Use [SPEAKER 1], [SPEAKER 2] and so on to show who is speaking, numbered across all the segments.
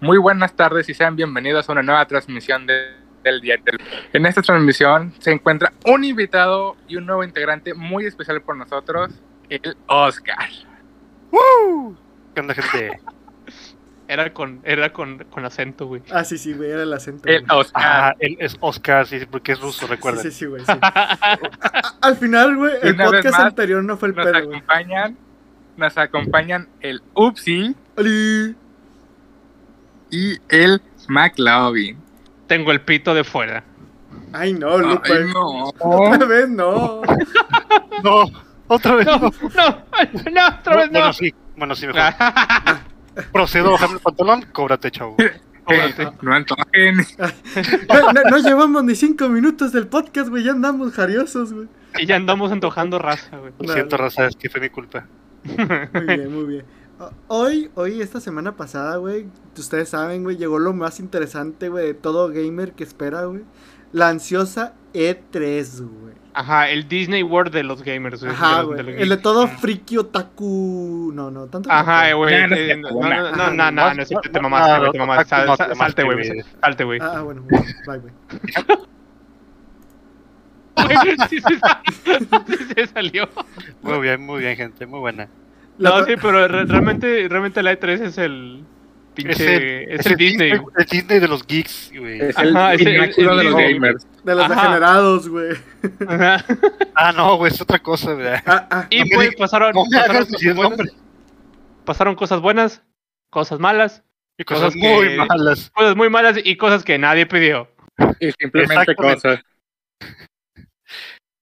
[SPEAKER 1] Muy buenas tardes y sean bienvenidos a una nueva transmisión de, del Diario. En esta transmisión se encuentra un invitado y un nuevo integrante muy especial por nosotros, el Oscar.
[SPEAKER 2] ¡Woo! ¿Qué onda, gente? Era con, era con, con acento, güey.
[SPEAKER 3] Ah, sí, sí, güey, era el acento.
[SPEAKER 1] El
[SPEAKER 3] güey.
[SPEAKER 1] Oscar.
[SPEAKER 2] Ah, él es Oscar, sí, sí, porque es ruso, recuerda.
[SPEAKER 3] Sí, sí, sí, güey. sí. A- Al final, güey,
[SPEAKER 1] Y
[SPEAKER 3] el
[SPEAKER 1] una vez
[SPEAKER 3] podcast
[SPEAKER 1] más,
[SPEAKER 3] anterior no fue el
[SPEAKER 1] nos
[SPEAKER 3] pedo, güey.
[SPEAKER 1] acompañan, nos acompañan el Upsi
[SPEAKER 3] ¡Ali!
[SPEAKER 1] y el McLovin.
[SPEAKER 4] Tengo el pito de fuera.
[SPEAKER 3] Ay, no, Lupe.
[SPEAKER 1] Ay, no.
[SPEAKER 3] Otra vez no.
[SPEAKER 2] No, otra vez.
[SPEAKER 4] No,
[SPEAKER 2] No,
[SPEAKER 4] no, no, otra vez no.
[SPEAKER 2] Bueno,
[SPEAKER 4] Ah.
[SPEAKER 2] sí, bueno, sí, mejor. Procedo a bajarme el pantalón, cóbrate, chavo.
[SPEAKER 1] Eh, no antojen.
[SPEAKER 3] No, no- no llevamos ni cinco minutos del podcast, güey. Ya andamos jariosos, güey.
[SPEAKER 4] Y ya andamos antojando raza, güey.
[SPEAKER 2] Lo
[SPEAKER 3] No,
[SPEAKER 2] siento,
[SPEAKER 3] no.
[SPEAKER 2] raza, es que fue mi culpa.
[SPEAKER 3] Muy bien, muy bien. O- Hoy, hoy, esta semana pasada, güey, ustedes saben, güey, llegó lo más interesante, güey, de todo gamer que espera, güey. La ansiosa E3, güey.
[SPEAKER 4] Ajá, el Disney World de los gamers, güey. de
[SPEAKER 3] Ajá,
[SPEAKER 4] los-
[SPEAKER 3] güey.
[SPEAKER 4] de los
[SPEAKER 3] El de
[SPEAKER 4] gamers.
[SPEAKER 3] todo friki otaku. No, no, tanto. no,
[SPEAKER 4] Ajá, güey.
[SPEAKER 1] No, no es
[SPEAKER 4] eh,
[SPEAKER 1] cierto,
[SPEAKER 4] No, no,
[SPEAKER 3] no,
[SPEAKER 4] no, no, no, no, es cierto, te mamaste, güey, te mamaste. Sal- sal- Salte, güey. Salte, güey.
[SPEAKER 3] Ah, ah, bueno, bueno, bye, güey.
[SPEAKER 4] Sí se sa- sí se salió.
[SPEAKER 2] Muy bien, muy bien, gente, muy buena.
[SPEAKER 3] La
[SPEAKER 4] No,
[SPEAKER 3] otra-
[SPEAKER 4] sí, pero re- realmente, realmente la E3 es el pinche, es el Disney. güey.
[SPEAKER 2] El Disney de los geeks, güey.
[SPEAKER 1] Es el
[SPEAKER 4] Ajá, es el-
[SPEAKER 1] pináculo
[SPEAKER 4] el
[SPEAKER 1] de los
[SPEAKER 4] mismo.
[SPEAKER 1] gamers.
[SPEAKER 3] De los
[SPEAKER 4] Ajá.
[SPEAKER 3] degenerados, güey.
[SPEAKER 4] Ajá.
[SPEAKER 2] Ah, no, güey, es otra cosa, ¿verdad?
[SPEAKER 3] Ah, ah,
[SPEAKER 4] Y
[SPEAKER 2] No me
[SPEAKER 4] pues
[SPEAKER 2] digas-
[SPEAKER 4] pasaron,
[SPEAKER 2] No me
[SPEAKER 4] pasaron
[SPEAKER 2] hagas decir
[SPEAKER 4] cosas buenas,
[SPEAKER 2] nombre.
[SPEAKER 4] pasaron cosas buenas, cosas malas,
[SPEAKER 2] Y cosas
[SPEAKER 4] Cosas
[SPEAKER 2] muy
[SPEAKER 4] que-
[SPEAKER 2] malas.
[SPEAKER 4] cosas muy malas y cosas que nadie pidió.
[SPEAKER 1] Y simplemente
[SPEAKER 2] Exactamente.
[SPEAKER 1] cosas.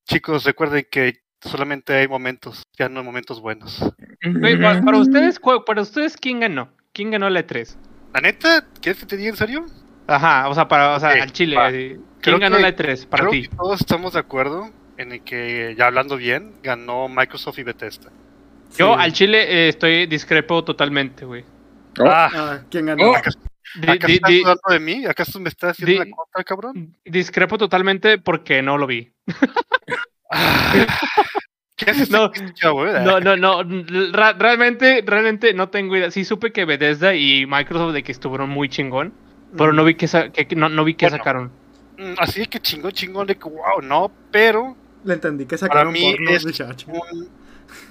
[SPEAKER 2] Chicos, recuerden que solamente hay momentos, ya no hay momentos buenos.
[SPEAKER 4] Güey, pa- para ustedes, cu- para ustedes, ¿quién ganó? ¿Quién ganó la E E3?
[SPEAKER 2] La neta, ¿quieres que te diga en serio?
[SPEAKER 4] Ajá, o sea, para, o sea,
[SPEAKER 2] Ok,
[SPEAKER 4] al Chile.
[SPEAKER 2] va.
[SPEAKER 4] así.
[SPEAKER 2] Creo
[SPEAKER 4] ¿Quién ganó
[SPEAKER 2] que-
[SPEAKER 4] la E3 para
[SPEAKER 2] Creo
[SPEAKER 4] ti?
[SPEAKER 2] que todos estamos de acuerdo en el que, ya hablando bien, ganó Microsoft y Bethesda.
[SPEAKER 4] Yo
[SPEAKER 3] sí.
[SPEAKER 4] al Chile eh, estoy discrepo totalmente, güey.
[SPEAKER 1] Oh.
[SPEAKER 2] Ah,
[SPEAKER 3] Ah, ¿quién ganó?
[SPEAKER 1] Oh.
[SPEAKER 2] acá,
[SPEAKER 4] Ah, Di-
[SPEAKER 2] acá
[SPEAKER 4] di-
[SPEAKER 2] estás
[SPEAKER 4] di-
[SPEAKER 2] dudando de mí, acá tú me estás haciendo
[SPEAKER 4] di-
[SPEAKER 2] la contra, cabrón.
[SPEAKER 4] discrepo totalmente porque no lo vi.
[SPEAKER 2] ¿Qué haces
[SPEAKER 4] Ah. No,
[SPEAKER 2] aquí, chavo? eh?
[SPEAKER 4] No, no, no. n- ra- realmente, realmente no tengo idea. Sí supe que Bethesda y Microsoft de que estuvieron muy chingón, pero no vi que, sa- que- que no, no vi que
[SPEAKER 2] Bueno.
[SPEAKER 4] sacaron.
[SPEAKER 2] Mm, Así de que chingón, chingón, de que wow, no, pero
[SPEAKER 3] Le entendí que sacaron
[SPEAKER 2] mí
[SPEAKER 3] porno, "Ah,
[SPEAKER 2] es-
[SPEAKER 3] muchacho.
[SPEAKER 2] un-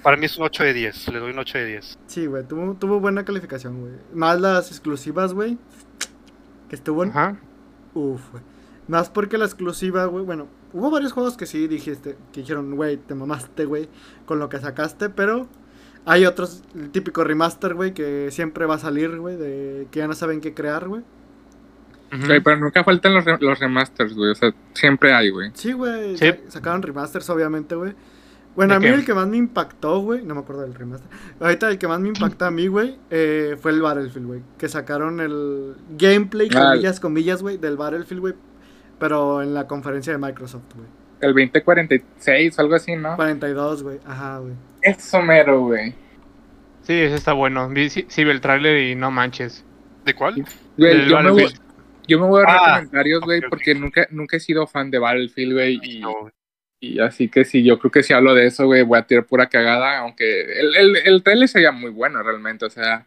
[SPEAKER 2] para mí es un 8 de 10, le doy un 8 de 10.
[SPEAKER 3] Sí, güey, tuvo, tuvo buena calificación, güey. Más las exclusivas, güey. Que estuvo en...
[SPEAKER 4] Ajá.
[SPEAKER 3] Uf, güey. Más porque la exclusiva, güey, bueno, hubo varios juegos que sí dijiste, que dijeron, güey, te mamaste, güey, con lo que sacaste, pero hay otros, el típico remaster, güey, que siempre va a salir, güey, de que ya no saben qué crear, güey.
[SPEAKER 4] Ujú.
[SPEAKER 1] Güey, pero nunca faltan los, re- los remasters, güey. O sea, siempre hay, güey.
[SPEAKER 3] Sí, güey.
[SPEAKER 4] Sí.
[SPEAKER 3] sa- Sacaron remasters, obviamente, güey. Bueno,
[SPEAKER 4] ¿De
[SPEAKER 3] a mí
[SPEAKER 4] qué?
[SPEAKER 3] el que más me impactó, güey. No me acuerdo del remaster. Ahorita el que más me impactó a mí, güey, eh, fue el Battlefield, güey. Que sacaron el gameplay,
[SPEAKER 1] Ah, el-
[SPEAKER 3] comillas, comillas, güey, del Battlefield, güey. Pero en la conferencia de Microsoft, güey.
[SPEAKER 1] El 2046 o algo así,
[SPEAKER 4] Ah.
[SPEAKER 1] ¿no?
[SPEAKER 3] 42, güey. Ajá, güey.
[SPEAKER 1] Eso mero, güey.
[SPEAKER 4] Sí, ese está bueno. Vi- sí, sí vi el tráiler y no manches.
[SPEAKER 2] ¿De cuál?
[SPEAKER 1] Güey,
[SPEAKER 4] Del
[SPEAKER 1] yo, me voy,
[SPEAKER 4] Battlefield.
[SPEAKER 1] yo me voy a dar
[SPEAKER 2] Ah,
[SPEAKER 1] comentarios, güey,
[SPEAKER 2] ok, ok.
[SPEAKER 1] porque nunca, nunca he sido fan de Battlefield, güey. Y,
[SPEAKER 2] No, güey.
[SPEAKER 1] y así que si yo creo que si hablo de eso, güey, voy a tirar pura cagada. Aunque el, el, el trailer sería muy bueno, realmente. O sea,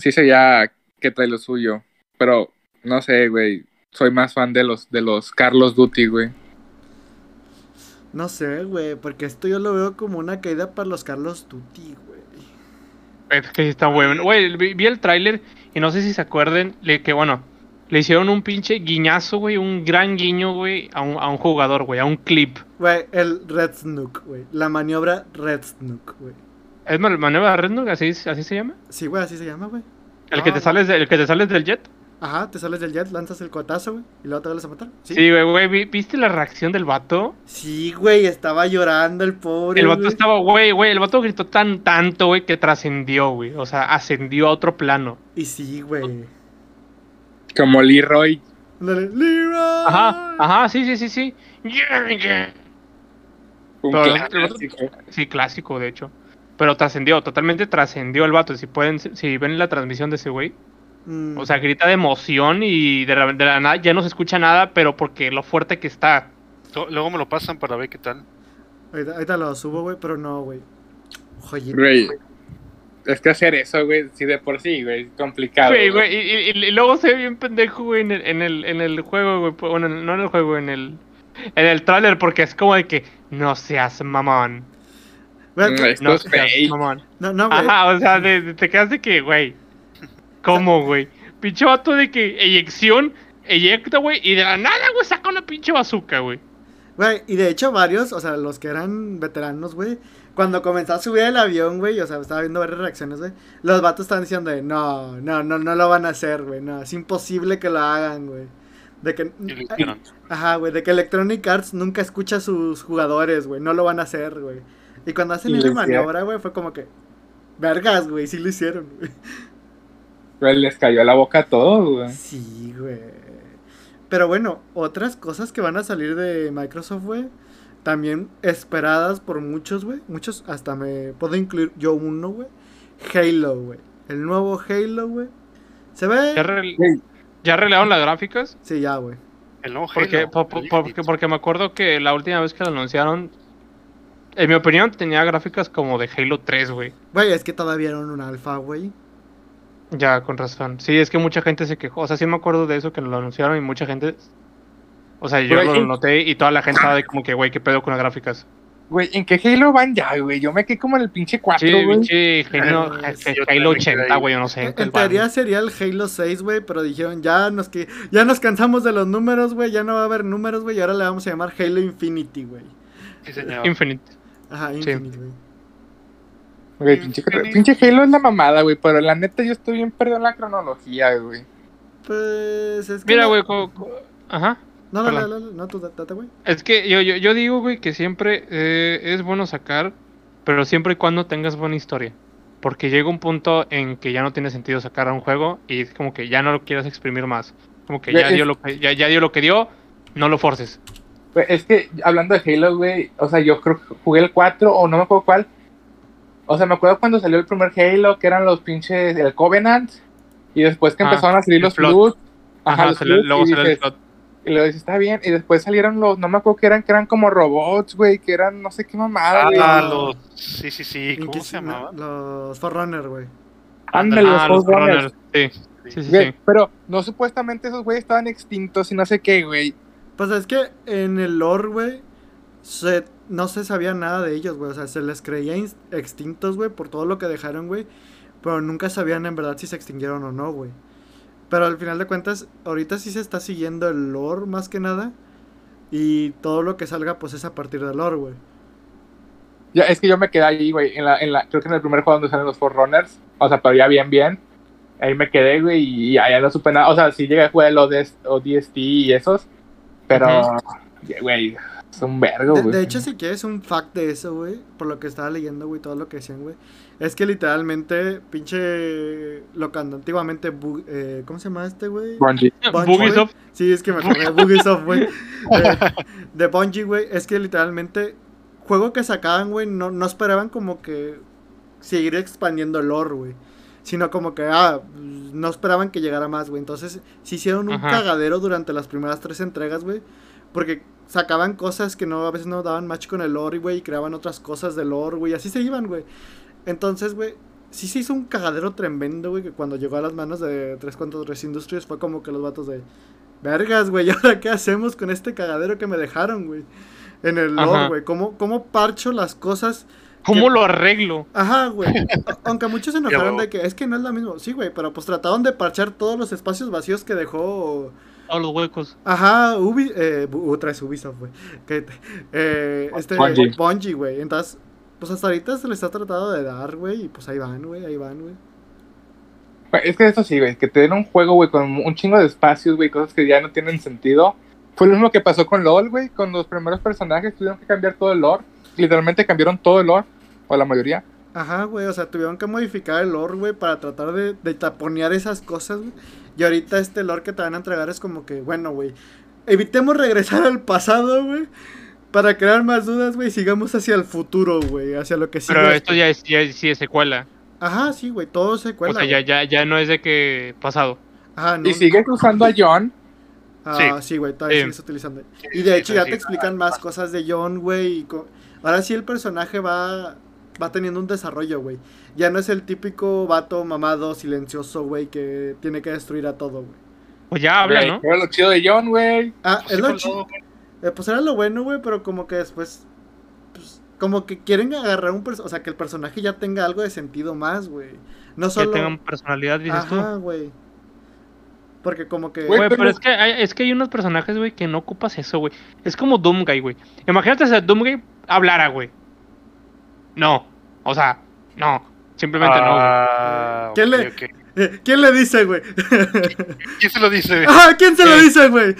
[SPEAKER 1] sí sería que trae lo suyo. Pero no sé, güey. Soy más fan de los, de los Carlos Duty, güey.
[SPEAKER 3] No sé, güey. Porque esto yo lo veo como una caída para los Carlos Tutti, güey.
[SPEAKER 4] Es que sí está bueno. Güey, vi, vi el tráiler y no sé si se acuerden le, que, bueno, le hicieron un pinche guiñazo, güey, un gran guiño, güey, a un, a un jugador, güey, a un clip.
[SPEAKER 3] Güey, el Red Snook, güey. La maniobra Red Snook, güey.
[SPEAKER 4] ¿Es mal- maniobra Red Nook? ¿Así, así se llama?
[SPEAKER 3] Sí, güey, así se llama, güey.
[SPEAKER 4] ¿El, que
[SPEAKER 2] Ah,
[SPEAKER 4] te
[SPEAKER 2] no.
[SPEAKER 4] sales de- ¿El que te sales del jet?
[SPEAKER 3] Ajá, te sales del jet, lanzas el cotazo, güey, y luego te vuelves a matar.
[SPEAKER 4] Sí, güey, güey, vi- ¿viste la reacción del vato?
[SPEAKER 3] Sí, güey, estaba llorando el pobre.
[SPEAKER 4] El vato
[SPEAKER 3] güey.
[SPEAKER 4] estaba, güey, güey, el vato gritó tan tanto, güey, que trascendió, güey. O sea, ascendió a otro plano.
[SPEAKER 3] Y sí, güey.
[SPEAKER 1] Como Leroy.
[SPEAKER 3] Ándale, Leroy.
[SPEAKER 4] Ajá, ajá, sí, sí, sí, sí. Yeah, yeah.
[SPEAKER 1] Un
[SPEAKER 4] Pero-
[SPEAKER 1] clásico.
[SPEAKER 4] Sí, clásico, de hecho. Pero trascendió, totalmente trascendió el vato. Si pueden, si ven la transmisión de ese güey.
[SPEAKER 3] Mm,
[SPEAKER 4] O sea, grita de emoción y de la, de la nada ya no se escucha nada, pero porque lo fuerte que está.
[SPEAKER 2] Lo- Luego me lo pasan para ver qué tal.
[SPEAKER 3] ahorita, ahorita lo subo, güey, pero no, güey. Joyita.
[SPEAKER 1] Güey, es que hacer eso, güey, sí de por sí, güey, es complicado.
[SPEAKER 4] Güey, güey, y, y- y luego se ve bien pendejo, güey, en el, en el, en el juego, güey. pues, Bueno, no en el juego, en el. En el tráiler, porque es como de que no seas mamón.
[SPEAKER 3] Güey,
[SPEAKER 1] Mm, Esto
[SPEAKER 4] No
[SPEAKER 1] es
[SPEAKER 4] seas
[SPEAKER 1] fake.
[SPEAKER 4] mamón.
[SPEAKER 3] No, no, güey.
[SPEAKER 4] Ajá, o sea, de- de- te quedas de que, güey. ¿Cómo, güey? Pinche vato de que eyección, eyecta, güey, y de la nada, güey, saca una pinche bazooka, güey.
[SPEAKER 3] Güey, y de hecho varios, o sea, los que eran veteranos, güey, cuando comenzó a subir el avión, güey, o sea, estaba viendo varias reacciones, güey, los vatos estaban diciendo, de, no, no, no, no lo van a hacer, güey, no, es imposible que lo hagan, güey. De que, eh,
[SPEAKER 2] Y lo hicieron.
[SPEAKER 3] ajá, güey, de que Electronic Arts nunca escucha a sus jugadores, güey, no lo van a hacer, güey. Y cuando hacen
[SPEAKER 1] Y lo
[SPEAKER 3] esa
[SPEAKER 1] hicieron.
[SPEAKER 3] maniobra, güey, fue como que, vergas, güey, sí lo hicieron, güey.
[SPEAKER 1] Güey, les cayó a la boca a todos, güey.
[SPEAKER 3] Sí, güey. Pero bueno, otras cosas que van a salir de Microsoft, güey, también esperadas por muchos, güey. Muchos, hasta me puedo incluir yo uno, güey. Halo, güey. El nuevo Halo, güey. ¿Se
[SPEAKER 4] ¿Ya,
[SPEAKER 3] ve?
[SPEAKER 4] re- ya arreglaron las gráficas?
[SPEAKER 3] Sí, ya, güey.
[SPEAKER 2] El nuevo
[SPEAKER 4] Porque,
[SPEAKER 2] Halo,
[SPEAKER 4] po- po-
[SPEAKER 2] el
[SPEAKER 4] porque,
[SPEAKER 2] Infinite.
[SPEAKER 4] porque me acuerdo que la última vez que lo anunciaron, en mi opinión, tenía gráficas como de Halo 3, güey.
[SPEAKER 3] Güey, es que todavía era un alfa, güey.
[SPEAKER 4] Ya, con razón. Sí, es que mucha gente se quejó. O sea, sí me acuerdo de eso que lo anunciaron y mucha gente. O sea, yo
[SPEAKER 1] Güey,
[SPEAKER 4] lo
[SPEAKER 1] sí.
[SPEAKER 4] noté y toda la gente estaba de como que, güey, qué pedo con las gráficas.
[SPEAKER 1] Güey, ¿en qué Halo van ya, güey? Yo me quedé como en el pinche 4,
[SPEAKER 4] Sí, eh,
[SPEAKER 1] güey.
[SPEAKER 4] pinche Halo,
[SPEAKER 3] Ah,
[SPEAKER 2] sí, yo también
[SPEAKER 4] Halo
[SPEAKER 2] me quedé
[SPEAKER 4] 80,
[SPEAKER 2] ahí.
[SPEAKER 4] güey, yo no sé.
[SPEAKER 3] En
[SPEAKER 4] el
[SPEAKER 3] en
[SPEAKER 4] barrio.
[SPEAKER 3] teoría sería el Halo 6, güey, pero dijeron, ya nos, que, ya nos cansamos de los números, güey, ya no va a haber números, güey, y ahora le vamos a llamar Halo Infinity, güey.
[SPEAKER 2] Sí, señor.
[SPEAKER 4] Infinite.
[SPEAKER 3] Ajá, Infinity, güey.
[SPEAKER 1] Güey, pinche, pinche Halo es la mamada, güey. Pero la neta, yo estoy bien perdido en la cronología, güey.
[SPEAKER 3] Pues es que...
[SPEAKER 4] Mira,
[SPEAKER 3] no-
[SPEAKER 4] güey, co- co- ajá.
[SPEAKER 3] No, no, no,
[SPEAKER 4] Perdón.
[SPEAKER 3] no, no, no, tú da- date, güey.
[SPEAKER 4] Es que yo, yo, yo digo, güey, que siempre eh, es bueno sacar, pero siempre y cuando tengas buena historia. Porque llega un punto en que ya no tiene sentido sacar a un juego y es como que ya no lo quieras exprimir más. Como que
[SPEAKER 1] Güey,
[SPEAKER 4] ya
[SPEAKER 1] es-
[SPEAKER 4] dio lo que, ya, ya dio lo que dio, no lo forces.
[SPEAKER 1] Güey, Es que hablando de Halo, güey, o sea, yo creo que jugué el 4 o no me acuerdo cuál. O sea, me acuerdo cuando salió el primer Halo, que eran los pinches, el Covenant, y después que
[SPEAKER 4] Ah,
[SPEAKER 1] empezaron a salir
[SPEAKER 4] el
[SPEAKER 1] los
[SPEAKER 4] Flood.
[SPEAKER 1] Flood. Ajá,
[SPEAKER 4] Ajá,
[SPEAKER 1] los
[SPEAKER 4] salió-
[SPEAKER 1] Flood,
[SPEAKER 4] luego
[SPEAKER 1] y
[SPEAKER 4] salió el
[SPEAKER 1] dices-
[SPEAKER 4] slot.
[SPEAKER 1] y luego dices, está bien, y después salieron los, no me acuerdo que eran, que eran como robots, güey, que eran no sé qué mamada, güey.
[SPEAKER 2] Ah,
[SPEAKER 3] güey.
[SPEAKER 2] los. Sí, sí, sí. ¿Cómo se
[SPEAKER 3] Inquisi- no,
[SPEAKER 2] llamaba?
[SPEAKER 3] Los Forerunner, güey.
[SPEAKER 1] Ándale,
[SPEAKER 4] Ah, los
[SPEAKER 1] los Forerunners.
[SPEAKER 4] Runners, sí. Sí, sí,
[SPEAKER 1] Güey,
[SPEAKER 4] sí.
[SPEAKER 1] Pero no supuestamente esos güeyes estaban extintos y no sé qué, güey.
[SPEAKER 3] Pues es que en el lore, güey, se- no se sabía nada de ellos, güey. O sea, se les creía ins- extintos, güey, por todo lo que dejaron, güey. Pero nunca sabían en verdad si se extinguieron o no, güey. Pero al final de cuentas, ahorita sí se está siguiendo el lore más que nada. Y todo lo que salga, pues es a partir del lore, güey.
[SPEAKER 1] Ya, es que yo me quedé ahí, güey, en la, en la, creo que en el primer juego donde salen los Forerunners, o sea, pero ya bien, bien, ahí me quedé, güey, y ya, ya no supe nada, o sea, sí llegué a jugar los DS ODST y esos, pero, ya, güey, es un vergo,
[SPEAKER 3] De,
[SPEAKER 1] güey.
[SPEAKER 3] de hecho, si quieres un fact de eso, güey, por lo que estaba leyendo, güey, todo lo que decían, güey, es que literalmente, pinche, lo que andó antiguamente, Bu- eh, ¿cómo se llama este, güey?
[SPEAKER 1] Bungie.
[SPEAKER 3] Bungie,
[SPEAKER 4] Bugisoft,
[SPEAKER 3] güey. Sí, es que me acordé de Bugisoft, güey. Eh, de Bungie, güey, es que literalmente, juego que sacaban, güey, no, no esperaban como que seguir expandiendo el lore, güey. Sino como que, ah, no esperaban que llegara más, güey. Entonces, se hicieron un
[SPEAKER 4] Ajá.
[SPEAKER 3] cagadero durante las primeras tres entregas, güey. Porque sacaban cosas que no, a veces no daban match con el lore, güey. Y creaban otras cosas del lore, güey. Así se iban, güey. Entonces, güey, sí se hizo un cagadero tremendo, güey. Que cuando llegó a las manos de 343 Industries fue como que los vatos de... Vergas, güey, ¿y ahora qué hacemos con este cagadero que me dejaron, güey? En el lore,
[SPEAKER 4] Ajá.
[SPEAKER 3] güey. ¿Cómo, ¿Cómo parcho las cosas
[SPEAKER 4] ¿cómo lo arreglo?
[SPEAKER 3] Ajá, güey. A- Aunque muchos se enojaron
[SPEAKER 2] huevo.
[SPEAKER 3] de que es que no es lo mismo. Sí, güey, pero pues trataron de parchar todos los espacios vacíos que dejó.
[SPEAKER 4] Todos los huecos.
[SPEAKER 3] Ajá, Ubi, eh, Bu- otra vez Ubisoft, güey. Que te- eh, este
[SPEAKER 1] Bungie.
[SPEAKER 3] Bungie, güey. Entonces, pues hasta ahorita se les ha tratado de dar, güey. Y pues ahí van, güey, ahí van, güey.
[SPEAKER 1] Güey, Es que eso sí, güey, que te den un juego, güey, con un chingo de espacios, güey, cosas que ya no tienen sentido. Fue lo mismo que pasó con LOL, güey, con los primeros personajes tuvieron que cambiar todo el lore, literalmente cambiaron todo el lore, o la mayoría.
[SPEAKER 3] Ajá, güey, o sea, tuvieron que modificar el lore, güey, para tratar de, de taponear esas cosas, güey. Y ahorita este lore que te van a entregar es como que, bueno, güey, evitemos regresar al pasado, güey, para crear más dudas, güey, y sigamos hacia el futuro, güey, hacia lo que sigue.
[SPEAKER 4] Pero esto ya es, ya es- sí es secuela.
[SPEAKER 3] Ajá, sí, güey, todo se
[SPEAKER 4] O
[SPEAKER 3] cuela.
[SPEAKER 4] sea, ya, ya, ya no es de que pasado.
[SPEAKER 3] Ajá, no.
[SPEAKER 1] Y sigues usando a John,
[SPEAKER 3] Ah, sí, güey, todavía
[SPEAKER 4] Sí.
[SPEAKER 3] sigues utilizando.
[SPEAKER 2] Sí,
[SPEAKER 3] Y de
[SPEAKER 2] sí,
[SPEAKER 3] hecho
[SPEAKER 2] Pues
[SPEAKER 3] ya
[SPEAKER 2] sí,
[SPEAKER 3] te explican más cosas de John, güey. y co- Ahora sí el personaje va va teniendo un desarrollo, güey. Ya no es el típico vato mamado, silencioso, güey, que tiene que destruir a todo, güey.
[SPEAKER 4] Pues ya habla,
[SPEAKER 1] Güey,
[SPEAKER 4] ¿no?
[SPEAKER 1] Era lo chido de John, güey.
[SPEAKER 3] Ah,
[SPEAKER 2] Pues
[SPEAKER 3] es
[SPEAKER 2] sí,
[SPEAKER 3] lo
[SPEAKER 2] con
[SPEAKER 3] chido.
[SPEAKER 2] todo,
[SPEAKER 3] Eh, pues era lo bueno, güey, pero como que después. pues, como que quieren agarrar un personaje. O sea, que el personaje ya tenga algo de sentido más, güey. No
[SPEAKER 4] Que
[SPEAKER 3] solo.
[SPEAKER 4] tengan personalidad, dices tú.
[SPEAKER 3] Ajá, güey. Porque como que.
[SPEAKER 1] Güey,
[SPEAKER 4] Güey, pero
[SPEAKER 1] pero-
[SPEAKER 4] es que, hay, es que hay unos personajes, güey, que no ocupas eso, güey. Es como Doomguy, güey. Imagínate si a Doomguy hablara, güey. No. O sea, no. Simplemente no, güey.
[SPEAKER 2] Ah,
[SPEAKER 3] ¿Qué
[SPEAKER 2] ok,
[SPEAKER 3] le-
[SPEAKER 2] ok.
[SPEAKER 3] Eh, ¿Quién le dice, güey?
[SPEAKER 2] ¿Quién se lo dice?
[SPEAKER 3] ¡Ah! ¿Quién se lo
[SPEAKER 4] Sí.
[SPEAKER 3] dice, güey?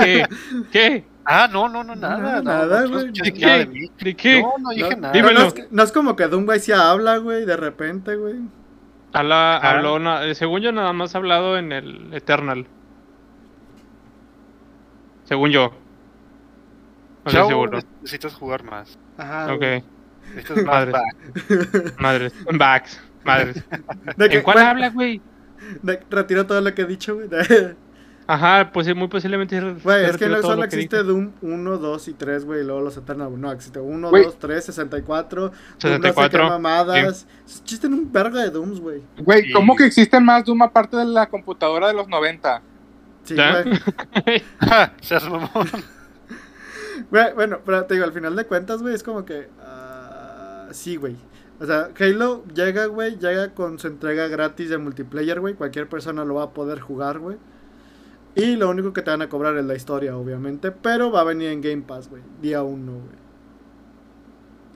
[SPEAKER 4] ¿Qué? ¿Qué?
[SPEAKER 2] Ah, no, no, no, pues,
[SPEAKER 3] No,
[SPEAKER 2] nada.
[SPEAKER 3] nada,
[SPEAKER 2] no, no
[SPEAKER 3] güey,
[SPEAKER 2] escuché
[SPEAKER 4] nada.
[SPEAKER 2] nada de mí.
[SPEAKER 4] ¿De qué?
[SPEAKER 2] No, no dije
[SPEAKER 3] No,
[SPEAKER 2] nada.
[SPEAKER 3] No,
[SPEAKER 4] Dímelo.
[SPEAKER 3] Ah, no es, que- no es como que Doomguy sí habla, güey, de repente, güey.
[SPEAKER 4] Habla-
[SPEAKER 2] Ah.
[SPEAKER 4] habló na- eh, según yo, nada más ha hablado en el Eternal. Según yo. No estoy
[SPEAKER 2] Chavo,
[SPEAKER 4] seguro.
[SPEAKER 2] necesitas jugar más.
[SPEAKER 3] Ajá. güey.
[SPEAKER 4] Ok.
[SPEAKER 2] Necesitas más.
[SPEAKER 4] Madres.
[SPEAKER 2] back.
[SPEAKER 4] Madres. Backs. Madres.
[SPEAKER 3] De que-
[SPEAKER 4] ¿En cuál
[SPEAKER 3] bueno,
[SPEAKER 4] habla, güey?
[SPEAKER 3] de- retiro todo lo que he dicho, güey. De-
[SPEAKER 4] Ajá, pues sí, muy posiblemente.
[SPEAKER 3] Güey, es que no solo
[SPEAKER 4] existe
[SPEAKER 3] existe Doom 1, 2 y 3, güey, y luego los Eternal. No, existe 1,
[SPEAKER 1] Güey.
[SPEAKER 3] 2, 3, 64, Doom no sé qué
[SPEAKER 4] 64,
[SPEAKER 3] mamadas. Existen un verga de Dooms, güey.
[SPEAKER 1] Güey,
[SPEAKER 2] Sí.
[SPEAKER 1] ¿cómo que existen más Doom aparte de la computadora de los 90?
[SPEAKER 3] Sí,
[SPEAKER 4] ¿Ya?
[SPEAKER 3] güey.
[SPEAKER 2] Ja, Seas mamón.
[SPEAKER 3] Güey, Bueno, pero te digo, al final de cuentas, güey, es como que. ah, sí, güey. O sea, Halo llega, güey, llega con su entrega gratis de multiplayer, güey. Cualquier persona lo va a poder jugar, güey. Y lo único que te van a cobrar es la historia, obviamente. Pero va a venir en Game Pass, güey. Día 1,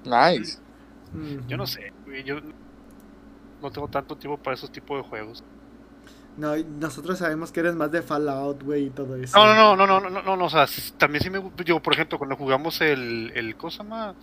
[SPEAKER 3] güey.
[SPEAKER 1] Nice.
[SPEAKER 3] Mm.
[SPEAKER 2] Yo no sé, güey. Yo no tengo tanto tiempo para esos tipos de juegos.
[SPEAKER 3] No, y nosotros sabemos que eres más de Fallout, güey, y todo eso.
[SPEAKER 2] No, no, no, no, no, no, no, no, o sea, s- también sí me gu- yo, por ejemplo, cuando jugamos el, el ¿cómo se llama?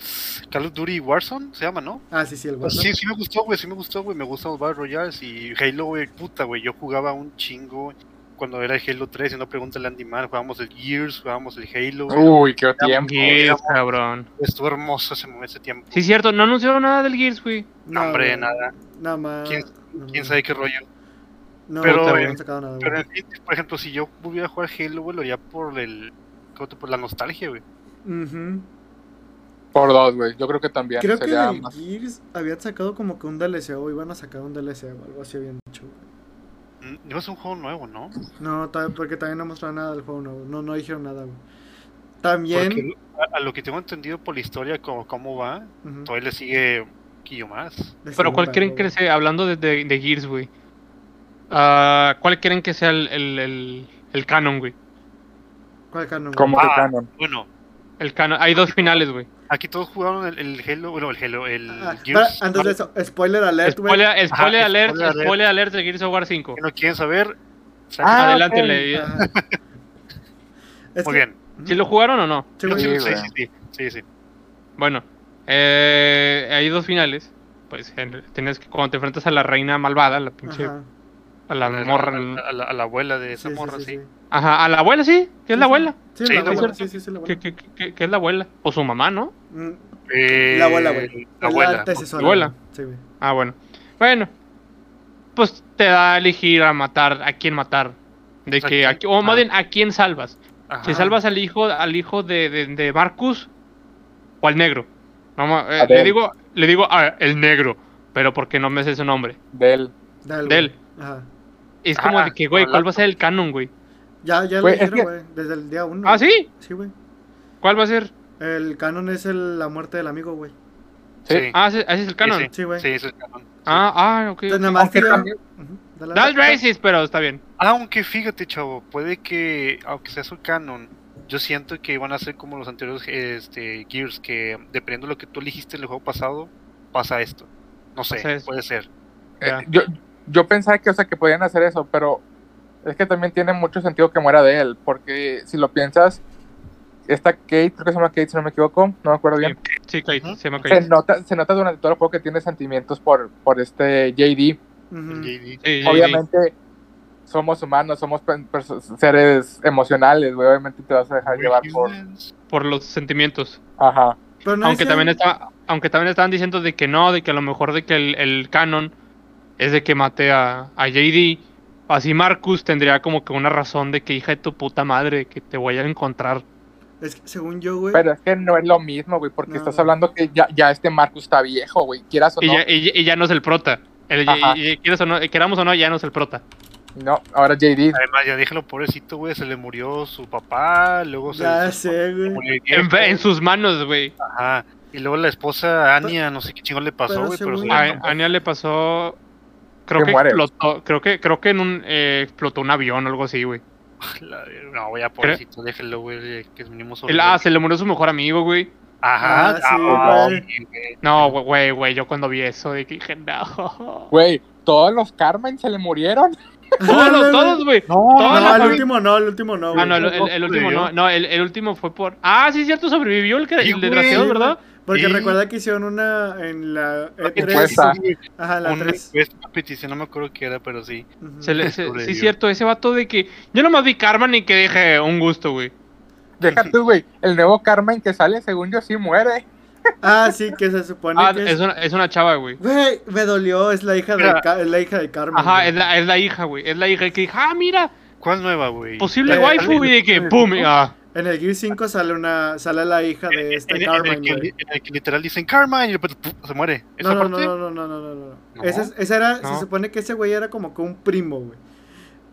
[SPEAKER 2] Call of Duty Warzone, se llama, ¿no?
[SPEAKER 3] Ah, sí, sí, el
[SPEAKER 2] Pues
[SPEAKER 3] WhatsApp.
[SPEAKER 2] sí, sí me gustó, güey, sí me gustó, güey, me gustan los Battle Royales y Halo, güey, puta, güey, yo jugaba un chingo cuando era el Halo 3, y no pregúntale a Andy Man, jugábamos el Gears, jugábamos el Halo, güey,
[SPEAKER 1] Uy, qué tiempo.
[SPEAKER 4] Gears, cabrón.
[SPEAKER 2] estuvo hermoso ese, ese tiempo,
[SPEAKER 4] Sí, cierto, no anunciaron nada del Gears, güey.
[SPEAKER 2] no, hombre, nada,
[SPEAKER 3] Nada más.
[SPEAKER 2] ¿Quién-
[SPEAKER 3] no
[SPEAKER 2] quién
[SPEAKER 3] más.
[SPEAKER 2] sabe qué rollo,
[SPEAKER 3] No,
[SPEAKER 2] pero-
[SPEAKER 3] todavía no han sacado nada,
[SPEAKER 2] pero
[SPEAKER 3] güey.
[SPEAKER 2] en fin, por ejemplo, si yo volviera a jugar Halo, güey, lo haría por el, ¿cómo te- por la nostalgia, güey,
[SPEAKER 3] Ujú.
[SPEAKER 1] Por dos, güey. Yo creo que también
[SPEAKER 3] Creo que
[SPEAKER 1] sería
[SPEAKER 3] del
[SPEAKER 1] más.
[SPEAKER 3] Gears habían sacado como que un DLC o iban a sacar un DLC o algo así habían dicho. güey.
[SPEAKER 2] Mm, no es un juego nuevo, ¿no?
[SPEAKER 3] No, ta- porque también no mostraron nada del juego nuevo. No, no dijeron nada, güey.
[SPEAKER 2] Porque
[SPEAKER 3] También.
[SPEAKER 2] lo- a, a lo que tengo entendido por la historia, como cómo va,
[SPEAKER 3] ujú,
[SPEAKER 2] todavía le sigue un poquillo más.
[SPEAKER 3] de
[SPEAKER 4] Pero
[SPEAKER 3] segunda,
[SPEAKER 4] ¿cuál quieren
[SPEAKER 3] güey.
[SPEAKER 4] que sea? Hablando de, de, de Gears, güey. Ah, ¿Cuál quieren que sea el, el, el, el canon, güey?
[SPEAKER 3] ¿Cuál canon? güey?
[SPEAKER 1] Como que
[SPEAKER 2] Ah.
[SPEAKER 1] canon.
[SPEAKER 2] Bueno,
[SPEAKER 4] El canon. Hay dos finales, güey.
[SPEAKER 2] aquí todos jugaron el, el Halo, bueno, el Halo, el
[SPEAKER 3] Ah, para-
[SPEAKER 2] Gears.
[SPEAKER 3] antes de eso, spoiler alert, güey.
[SPEAKER 4] Spoiler, spoiler
[SPEAKER 2] Ajá,
[SPEAKER 4] alert,
[SPEAKER 2] spoiler
[SPEAKER 4] spoiler,
[SPEAKER 2] alert.
[SPEAKER 4] alert de Gears of War 5.
[SPEAKER 2] Que no quieren saber.
[SPEAKER 1] Ah,
[SPEAKER 4] Adelante,
[SPEAKER 1] ok.
[SPEAKER 4] le-
[SPEAKER 3] Ajá. Es
[SPEAKER 2] Muy
[SPEAKER 3] que-
[SPEAKER 2] bien.
[SPEAKER 4] ¿Sí lo jugaron o no?
[SPEAKER 3] Sí,
[SPEAKER 2] Yo
[SPEAKER 3] güey.
[SPEAKER 2] sí,
[SPEAKER 1] güey.
[SPEAKER 2] sí, sí, sí, sí.
[SPEAKER 4] Bueno, eh, hay dos finales. Pues en- tienes que, cuando te enfrentas a la reina malvada, la pinche,
[SPEAKER 3] Ajá,
[SPEAKER 4] a la morra.
[SPEAKER 2] A,
[SPEAKER 4] Ajá,
[SPEAKER 2] a la, a la abuela de esa
[SPEAKER 3] sí, sí,
[SPEAKER 2] morra,
[SPEAKER 3] sí,
[SPEAKER 2] sí.
[SPEAKER 3] sí.
[SPEAKER 4] a la abuela, sí, que es la
[SPEAKER 3] Sí, sí.
[SPEAKER 4] abuela.
[SPEAKER 3] Sí,
[SPEAKER 2] Sí,
[SPEAKER 3] la
[SPEAKER 2] la
[SPEAKER 3] abuela.
[SPEAKER 4] abuela.
[SPEAKER 3] Sí, sí, sí, la abuela.
[SPEAKER 4] Que, que- que- que es la abuela. O su mamá, ¿no?
[SPEAKER 3] Mm,
[SPEAKER 2] Eh,
[SPEAKER 3] La abuela, güey.
[SPEAKER 2] La
[SPEAKER 3] La
[SPEAKER 2] abuela.
[SPEAKER 3] antecesora,
[SPEAKER 4] La abuela.
[SPEAKER 3] güey. Sí, güey.
[SPEAKER 4] Ah, bueno. Bueno. Pues te da a elegir a matar, a quién matar. De
[SPEAKER 2] O sea,
[SPEAKER 4] que,
[SPEAKER 2] ¿quién?
[SPEAKER 4] a qui- o más
[SPEAKER 2] Ah.
[SPEAKER 4] bien, a quién salvas.
[SPEAKER 2] Ajá.
[SPEAKER 4] Si salvas al hijo, al hijo de, de, de Marcus o al negro. No, ma- eh,
[SPEAKER 1] A
[SPEAKER 4] le
[SPEAKER 1] Del.
[SPEAKER 4] digo, le digo ah, el negro, pero porque no me sé su nombre.
[SPEAKER 1] Del.
[SPEAKER 3] Dale,
[SPEAKER 4] Del.
[SPEAKER 3] güey. Ajá.
[SPEAKER 4] Es como
[SPEAKER 2] Ah,
[SPEAKER 4] de que, güey, ¿cuál
[SPEAKER 2] hola.
[SPEAKER 4] va a ser el canon, güey?
[SPEAKER 3] Ya, ya lo
[SPEAKER 1] Güey, es
[SPEAKER 3] dijeron,
[SPEAKER 1] que-
[SPEAKER 3] güey. Desde el día uno.
[SPEAKER 4] Ah,
[SPEAKER 3] güey.
[SPEAKER 4] sí.
[SPEAKER 3] Sí, güey.
[SPEAKER 4] ¿Cuál va a ser?
[SPEAKER 3] El canon es el- la muerte del amigo, güey.
[SPEAKER 1] Sí.
[SPEAKER 2] Sí.
[SPEAKER 4] Ah, ese, ese es el canon.
[SPEAKER 2] Sí,
[SPEAKER 3] Sí, güey.
[SPEAKER 2] Sí, es el canon.
[SPEAKER 4] Ah, ah, ok.
[SPEAKER 3] Entonces, nada más
[SPEAKER 1] Aunque
[SPEAKER 3] que ya-
[SPEAKER 1] también.
[SPEAKER 3] Ujú, dale,
[SPEAKER 4] That's
[SPEAKER 3] dale.
[SPEAKER 4] racist, pero está bien.
[SPEAKER 2] Aunque fíjate, chavo, puede que, aunque sea su canon, yo siento que van a ser como los anteriores este, Gears, que dependiendo de lo que tú elegiste en el juego pasado, pasa esto. No sé,
[SPEAKER 4] Pasa eso.
[SPEAKER 2] puede ser.
[SPEAKER 4] Ya.
[SPEAKER 1] Eh, Yo, yo pensaba que, o sea, que podían hacer eso, pero es que también tiene mucho sentido que muera de él, porque si lo piensas, esta Kate, creo que se llama Kate, si no me equivoco, no me acuerdo bien.
[SPEAKER 4] Sí, Kate,
[SPEAKER 2] Ujú.
[SPEAKER 4] se llama
[SPEAKER 1] Se
[SPEAKER 4] Kate.
[SPEAKER 1] nota, se nota durante todo el juego que tiene sentimientos por, por este JD.
[SPEAKER 3] Ujú.
[SPEAKER 2] El JD.
[SPEAKER 4] Sí, sí, sí.
[SPEAKER 1] Obviamente, somos humanos, somos pe- perso- seres emocionales, güey. Obviamente te vas a dejar llevar por.
[SPEAKER 4] Por los sentimientos.
[SPEAKER 1] Ajá.
[SPEAKER 3] Pero no
[SPEAKER 4] aunque
[SPEAKER 3] decían-
[SPEAKER 4] también está, aunque también estaban diciendo de que no, de que a lo mejor de que el, el canon es de que maté a, a JD. Así Marcus tendría como que una razón de que hija de tu puta madre, que te voy a encontrar.
[SPEAKER 3] Es que según yo, güey.
[SPEAKER 1] Pero es que no es lo mismo, güey, porque
[SPEAKER 3] No.
[SPEAKER 1] estás hablando que ya, ya este Marcus está viejo, güey. Quieras o
[SPEAKER 4] Y,
[SPEAKER 1] Pues no.
[SPEAKER 4] ya, y- y ya no es el prota. El- y-
[SPEAKER 1] Ajá.
[SPEAKER 4] y- quieras o no- queramos o no, ya no es el prota.
[SPEAKER 1] No, ahora JD.
[SPEAKER 2] Además, ya déjalo pobrecito, güey, se le murió su papá, luego se,
[SPEAKER 3] Ya
[SPEAKER 2] se
[SPEAKER 3] sé, güey.
[SPEAKER 2] murió el
[SPEAKER 4] En,
[SPEAKER 2] viejo,
[SPEAKER 4] en sus manos, güey.
[SPEAKER 1] Ah,
[SPEAKER 2] ajá. Ah, Y luego la esposa Ania, no sé qué chingón le pasó,
[SPEAKER 3] pero
[SPEAKER 2] güey, pero
[SPEAKER 3] según-
[SPEAKER 2] se
[SPEAKER 4] A
[SPEAKER 2] le
[SPEAKER 1] pues.
[SPEAKER 4] a Anya le pasó. Creo
[SPEAKER 1] Que
[SPEAKER 4] que,
[SPEAKER 1] muere.
[SPEAKER 4] explotó, creo que, creo que en un, eh, explotó un avión o algo así, güey.
[SPEAKER 2] La- No, güey, ya pobrecito, déjelo, güey, que es mínimo
[SPEAKER 1] Pues
[SPEAKER 4] El- Ah, se le murió su mejor amigo, güey.
[SPEAKER 2] Ajá,
[SPEAKER 3] Ah, sí,
[SPEAKER 2] ah,
[SPEAKER 3] güey.
[SPEAKER 2] sí, güey.
[SPEAKER 4] No, güey, güey, güey, yo cuando vi eso de que dije, no.
[SPEAKER 1] Güey, todos los Carmen se le murieron.
[SPEAKER 4] Todos, los- todos, güey.
[SPEAKER 1] No,
[SPEAKER 3] No,
[SPEAKER 4] Toda la
[SPEAKER 3] el
[SPEAKER 4] familia-
[SPEAKER 3] último no, el último no, güey.
[SPEAKER 4] Ah, no, el, el- el último no. No, el, el último fue por. Ah, sí, es cierto, sobrevivió el, que-
[SPEAKER 2] Sí,
[SPEAKER 4] el desgraciado,
[SPEAKER 3] güey.
[SPEAKER 4] ¿verdad?
[SPEAKER 3] Porque
[SPEAKER 2] Sí.
[SPEAKER 3] recuerda que hicieron una en la
[SPEAKER 1] Encuesta.
[SPEAKER 4] Pues,
[SPEAKER 3] E3.
[SPEAKER 4] ah.
[SPEAKER 3] Ajá, la
[SPEAKER 2] Una
[SPEAKER 3] 3.
[SPEAKER 2] encuesta, una petición, no me acuerdo qué era, pero sí.
[SPEAKER 3] Ujú.
[SPEAKER 4] Se le- se- sí,
[SPEAKER 2] Sobrevivió.
[SPEAKER 4] es cierto, ese vato de que. Yo nomás vi Carmen y que dije, un gusto, güey.
[SPEAKER 1] Deja tú, güey. El nuevo Carmen que sale, según yo, sí muere.
[SPEAKER 3] Ah, sí, que se supone
[SPEAKER 4] Ah,
[SPEAKER 3] que es...
[SPEAKER 4] es una, es una chava, güey.
[SPEAKER 3] Güey, me dolió, es la hija de,
[SPEAKER 2] Mira.
[SPEAKER 3] Ca- es la hija de Carmen.
[SPEAKER 4] Ajá,
[SPEAKER 3] güey.
[SPEAKER 4] es la, es la hija, güey. Es la hija que dije, ah, mira,
[SPEAKER 2] ¿Cuál nueva, güey?
[SPEAKER 4] posible
[SPEAKER 3] Eh,
[SPEAKER 4] waifu, güey, de que, pum, y, ah.
[SPEAKER 3] En el Gear 5 sale una sale la hija
[SPEAKER 2] En-
[SPEAKER 3] de
[SPEAKER 2] en-
[SPEAKER 3] este
[SPEAKER 2] en
[SPEAKER 3] Carmen,
[SPEAKER 2] el que-
[SPEAKER 3] güey.
[SPEAKER 2] en el que literal dicen Carmine y después ¡puf! se muere.
[SPEAKER 3] No,
[SPEAKER 2] ¿Esa
[SPEAKER 3] no, no,
[SPEAKER 2] parte?
[SPEAKER 3] no, no, no, no, no, no.
[SPEAKER 2] No.
[SPEAKER 3] Ese, es- ese era,
[SPEAKER 4] No.
[SPEAKER 3] se supone que ese güey era como que un primo, güey.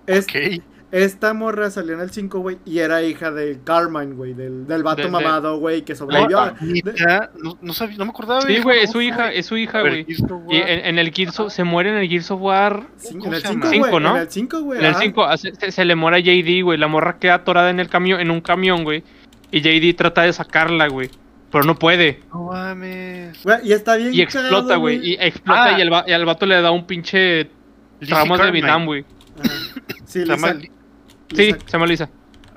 [SPEAKER 3] Es-
[SPEAKER 2] Ok.
[SPEAKER 3] Esta morra salió en el 5, güey, y era hija de Carmine, güey, del, del vato
[SPEAKER 4] De- de-
[SPEAKER 3] mamado, güey,
[SPEAKER 2] Oh,
[SPEAKER 3] que sobrevivió.
[SPEAKER 1] Ah,
[SPEAKER 3] de-
[SPEAKER 2] Neta, No, no, sabía- no me acordaba.
[SPEAKER 4] Sí, güey, es su
[SPEAKER 2] ¿Cómo
[SPEAKER 4] hija,
[SPEAKER 2] fue?
[SPEAKER 4] es su hija,
[SPEAKER 2] A ver,
[SPEAKER 4] güey.
[SPEAKER 2] Gears of
[SPEAKER 4] Y
[SPEAKER 2] War.
[SPEAKER 4] en, en el Gears of- se muere en el Gears of War.
[SPEAKER 3] cin- en
[SPEAKER 2] ¿cómo
[SPEAKER 3] el
[SPEAKER 2] se
[SPEAKER 3] 5,
[SPEAKER 2] llama?
[SPEAKER 3] güey.
[SPEAKER 4] Cinco, ¿no?
[SPEAKER 3] En el 5, güey.
[SPEAKER 4] En el
[SPEAKER 3] ajá.
[SPEAKER 4] 5 ah, se, se- se le muere a JD, güey. La morra queda atorada en el camión, en un camión, güey. Y JD trata de sacarla, güey. Pero no puede.
[SPEAKER 2] No mames.
[SPEAKER 3] Güey, y está bien
[SPEAKER 4] Y explota,
[SPEAKER 3] cagado,
[SPEAKER 4] güey. Y explota
[SPEAKER 2] Ah.
[SPEAKER 4] y, el va- y al vato le da un pinche
[SPEAKER 2] Lizzie
[SPEAKER 4] traumas de
[SPEAKER 2] Carmine.
[SPEAKER 4] Vietnam, güey.
[SPEAKER 3] Ajá. Sí,
[SPEAKER 2] Se llama
[SPEAKER 3] Lisa-
[SPEAKER 2] Li-
[SPEAKER 4] Sí,
[SPEAKER 3] Lisa-
[SPEAKER 4] se llama Lisa.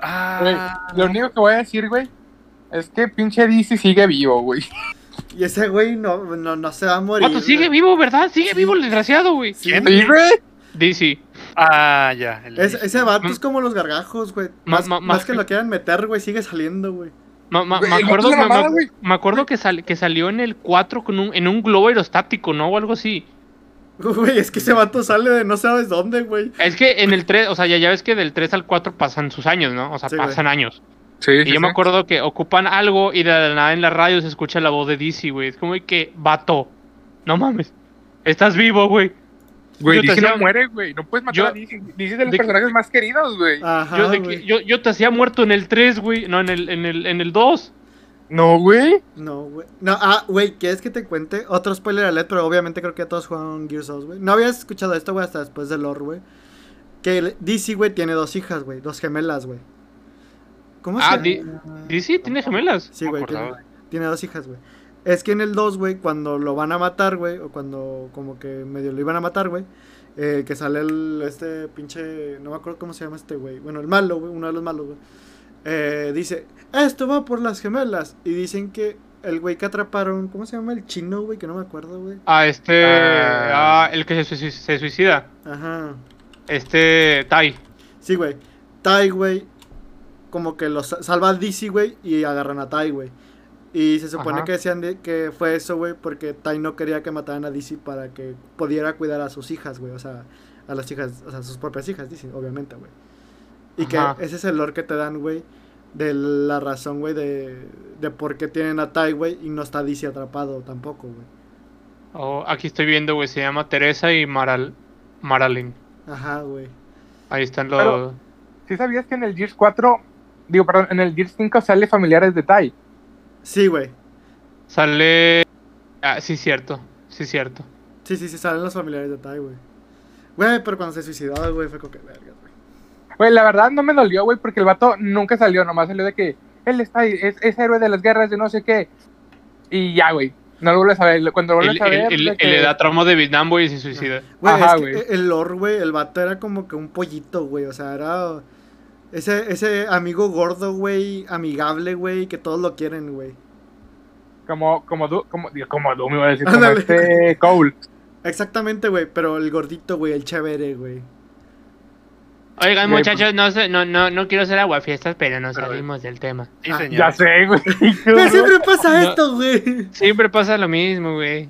[SPEAKER 1] Güey,
[SPEAKER 2] Ah,
[SPEAKER 1] lo único que voy a decir, güey, es que pinche DC sigue vivo, güey.
[SPEAKER 3] Y ese güey no, no, no se va a morir.
[SPEAKER 4] Vato, sigue
[SPEAKER 3] güey.
[SPEAKER 4] vivo, ¿verdad? Sigue
[SPEAKER 3] Sí.
[SPEAKER 4] vivo el desgraciado, güey.
[SPEAKER 3] Sí,
[SPEAKER 2] ¿Quién?
[SPEAKER 1] Sí, güey.
[SPEAKER 4] DC.
[SPEAKER 2] ah, ya. el
[SPEAKER 3] Es-
[SPEAKER 2] Lizzie.
[SPEAKER 3] ese vato
[SPEAKER 4] Mm.
[SPEAKER 3] es como los gargajos, güey.
[SPEAKER 4] Ma-
[SPEAKER 3] Más,
[SPEAKER 4] ma-
[SPEAKER 3] más
[SPEAKER 4] más
[SPEAKER 3] que
[SPEAKER 4] que-
[SPEAKER 3] lo quieran meter, güey, sigue saliendo, güey.
[SPEAKER 4] Ma- ma-
[SPEAKER 1] Güey,
[SPEAKER 4] me
[SPEAKER 1] el
[SPEAKER 4] acuerdo,
[SPEAKER 1] vato es la
[SPEAKER 4] me- me-
[SPEAKER 1] mamada, güey.
[SPEAKER 4] me acuerdo que, sal- que salió en el 4 con un, en un globo aerostático, ¿no? O algo así.
[SPEAKER 3] Güey, es que ese vato sale de no sabes dónde, güey.
[SPEAKER 4] Es que en el 3, o sea, ya, ya ves que del 3 al 4 pasan sus años, ¿no? O sea,
[SPEAKER 3] Sí, güey.
[SPEAKER 4] pasan años.
[SPEAKER 1] Sí,
[SPEAKER 4] Y yo me acuerdo que ocupan algo y de la nada en la radio se escucha la voz de DC, güey. Es como de que, vato, no mames, estás vivo, güey.
[SPEAKER 1] Güey,
[SPEAKER 4] Yo te
[SPEAKER 1] DC no
[SPEAKER 4] hacía-
[SPEAKER 1] muere, güey. No puedes matar
[SPEAKER 4] Yo-
[SPEAKER 1] a DC. DC es de los
[SPEAKER 4] de- Ah.
[SPEAKER 1] personajes más queridos, Ah, güey.
[SPEAKER 3] Ajá,
[SPEAKER 4] Yo, de que-
[SPEAKER 3] güey.
[SPEAKER 4] yo, yo te hacía muerto en el 3, güey. No, en el, en el, en el 2.
[SPEAKER 1] No, güey.
[SPEAKER 3] No, güey. No, ah, güey, ¿quieres que te cuente otro spoiler alert? Pero obviamente creo que ya todos jugaron Gears of War, güey. No habías escuchado esto, güey, hasta después del lore, güey. Que el DC, güey, tiene dos hijas, güey. Dos gemelas, güey. ¿Cómo
[SPEAKER 4] Ah,
[SPEAKER 3] se
[SPEAKER 4] di- DC tiene gemelas.
[SPEAKER 3] Sí,
[SPEAKER 2] No
[SPEAKER 3] güey,
[SPEAKER 2] me
[SPEAKER 3] tiene,
[SPEAKER 2] acordaba.
[SPEAKER 3] tiene dos hijas, güey. Es que en el 2, güey, cuando lo van a matar, güey, o cuando como que medio lo iban a matar, güey, eh, que sale el, este pinche, no me acuerdo cómo se llama este güey, bueno, el malo, güey, uno de los malos, güey, eh, dice, esto va por las gemelas, y dicen que el güey que atraparon, ¿cómo se llama el chino, güey? Que no me acuerdo, güey.
[SPEAKER 4] Ah, este.
[SPEAKER 2] Ah.
[SPEAKER 4] Ah, el que se, suici- se suicida.
[SPEAKER 3] Ajá.
[SPEAKER 4] Este. Tai.
[SPEAKER 3] Sí, güey. Tai, güey. Como que los salva a DC, güey. Y agarran a Tai, güey. Y se supone
[SPEAKER 4] Ajá.
[SPEAKER 3] que decían de- que fue eso, güey. Porque Tai no quería que mataran a DC para que pudiera cuidar a sus hijas, güey. O sea, a las hijas, o sea, a sus propias hijas, DC, obviamente, güey. Y
[SPEAKER 4] Ajá.
[SPEAKER 3] que ese es el lore que te dan, güey. De la razón, güey, de, de por qué tienen a Tai, güey. Y no está DC atrapado tampoco, güey.
[SPEAKER 4] Oh, aquí estoy viendo, güey. Se llama Teresa y Maral. Maralyn.
[SPEAKER 3] Ajá, güey.
[SPEAKER 4] Ahí están los.
[SPEAKER 1] Pero- ¿Sí sabías que en el Gears 4, digo, perdón, en el Gears 5 sale familiares de Tai?
[SPEAKER 3] Sí, güey.
[SPEAKER 4] Sale. Ah, sí, cierto. Sí, cierto.
[SPEAKER 3] Sí, sí, sí, salen los familiares de Tai, güey. Güey, pero cuando se suicidaba, güey, fue como que verga, güey.
[SPEAKER 1] Güey, Pues, la verdad no me dolió, güey, porque el vato nunca salió, nomás salió de que él está ahí, es, es héroe de las guerras de no sé qué. Y ya, güey. No lo vuelves a ver. Cuando lo vuelves
[SPEAKER 4] Él,
[SPEAKER 1] a ver.
[SPEAKER 4] él- él-
[SPEAKER 1] de
[SPEAKER 4] él
[SPEAKER 1] que-
[SPEAKER 4] le da traumas de Vietnam, güey, y se suicida.
[SPEAKER 3] Güey,
[SPEAKER 1] Ajá,
[SPEAKER 3] es que e,
[SPEAKER 1] güey.
[SPEAKER 3] el Lord, güey, el vato era como que un pollito, güey. O sea, era ese, ese amigo gordo, güey, amigable, güey, que todos lo quieren, güey.
[SPEAKER 1] Como, como, Du- como, digo, como Doom, iba a decir, como
[SPEAKER 3] Ándale.
[SPEAKER 1] este Cole.
[SPEAKER 3] Exactamente, güey, pero el gordito, güey, el chévere, güey.
[SPEAKER 4] Oigan,
[SPEAKER 1] Güey,
[SPEAKER 4] muchachos, no, sé- no, no, no quiero ser aguafiestas, pero nos
[SPEAKER 2] Pero-
[SPEAKER 4] salimos del tema.
[SPEAKER 2] Sí,
[SPEAKER 3] Ah,
[SPEAKER 2] señor.
[SPEAKER 1] Ya sé, güey.
[SPEAKER 3] Pero siempre pasa
[SPEAKER 4] No.
[SPEAKER 3] esto, güey.
[SPEAKER 4] Siempre pasa lo mismo, güey.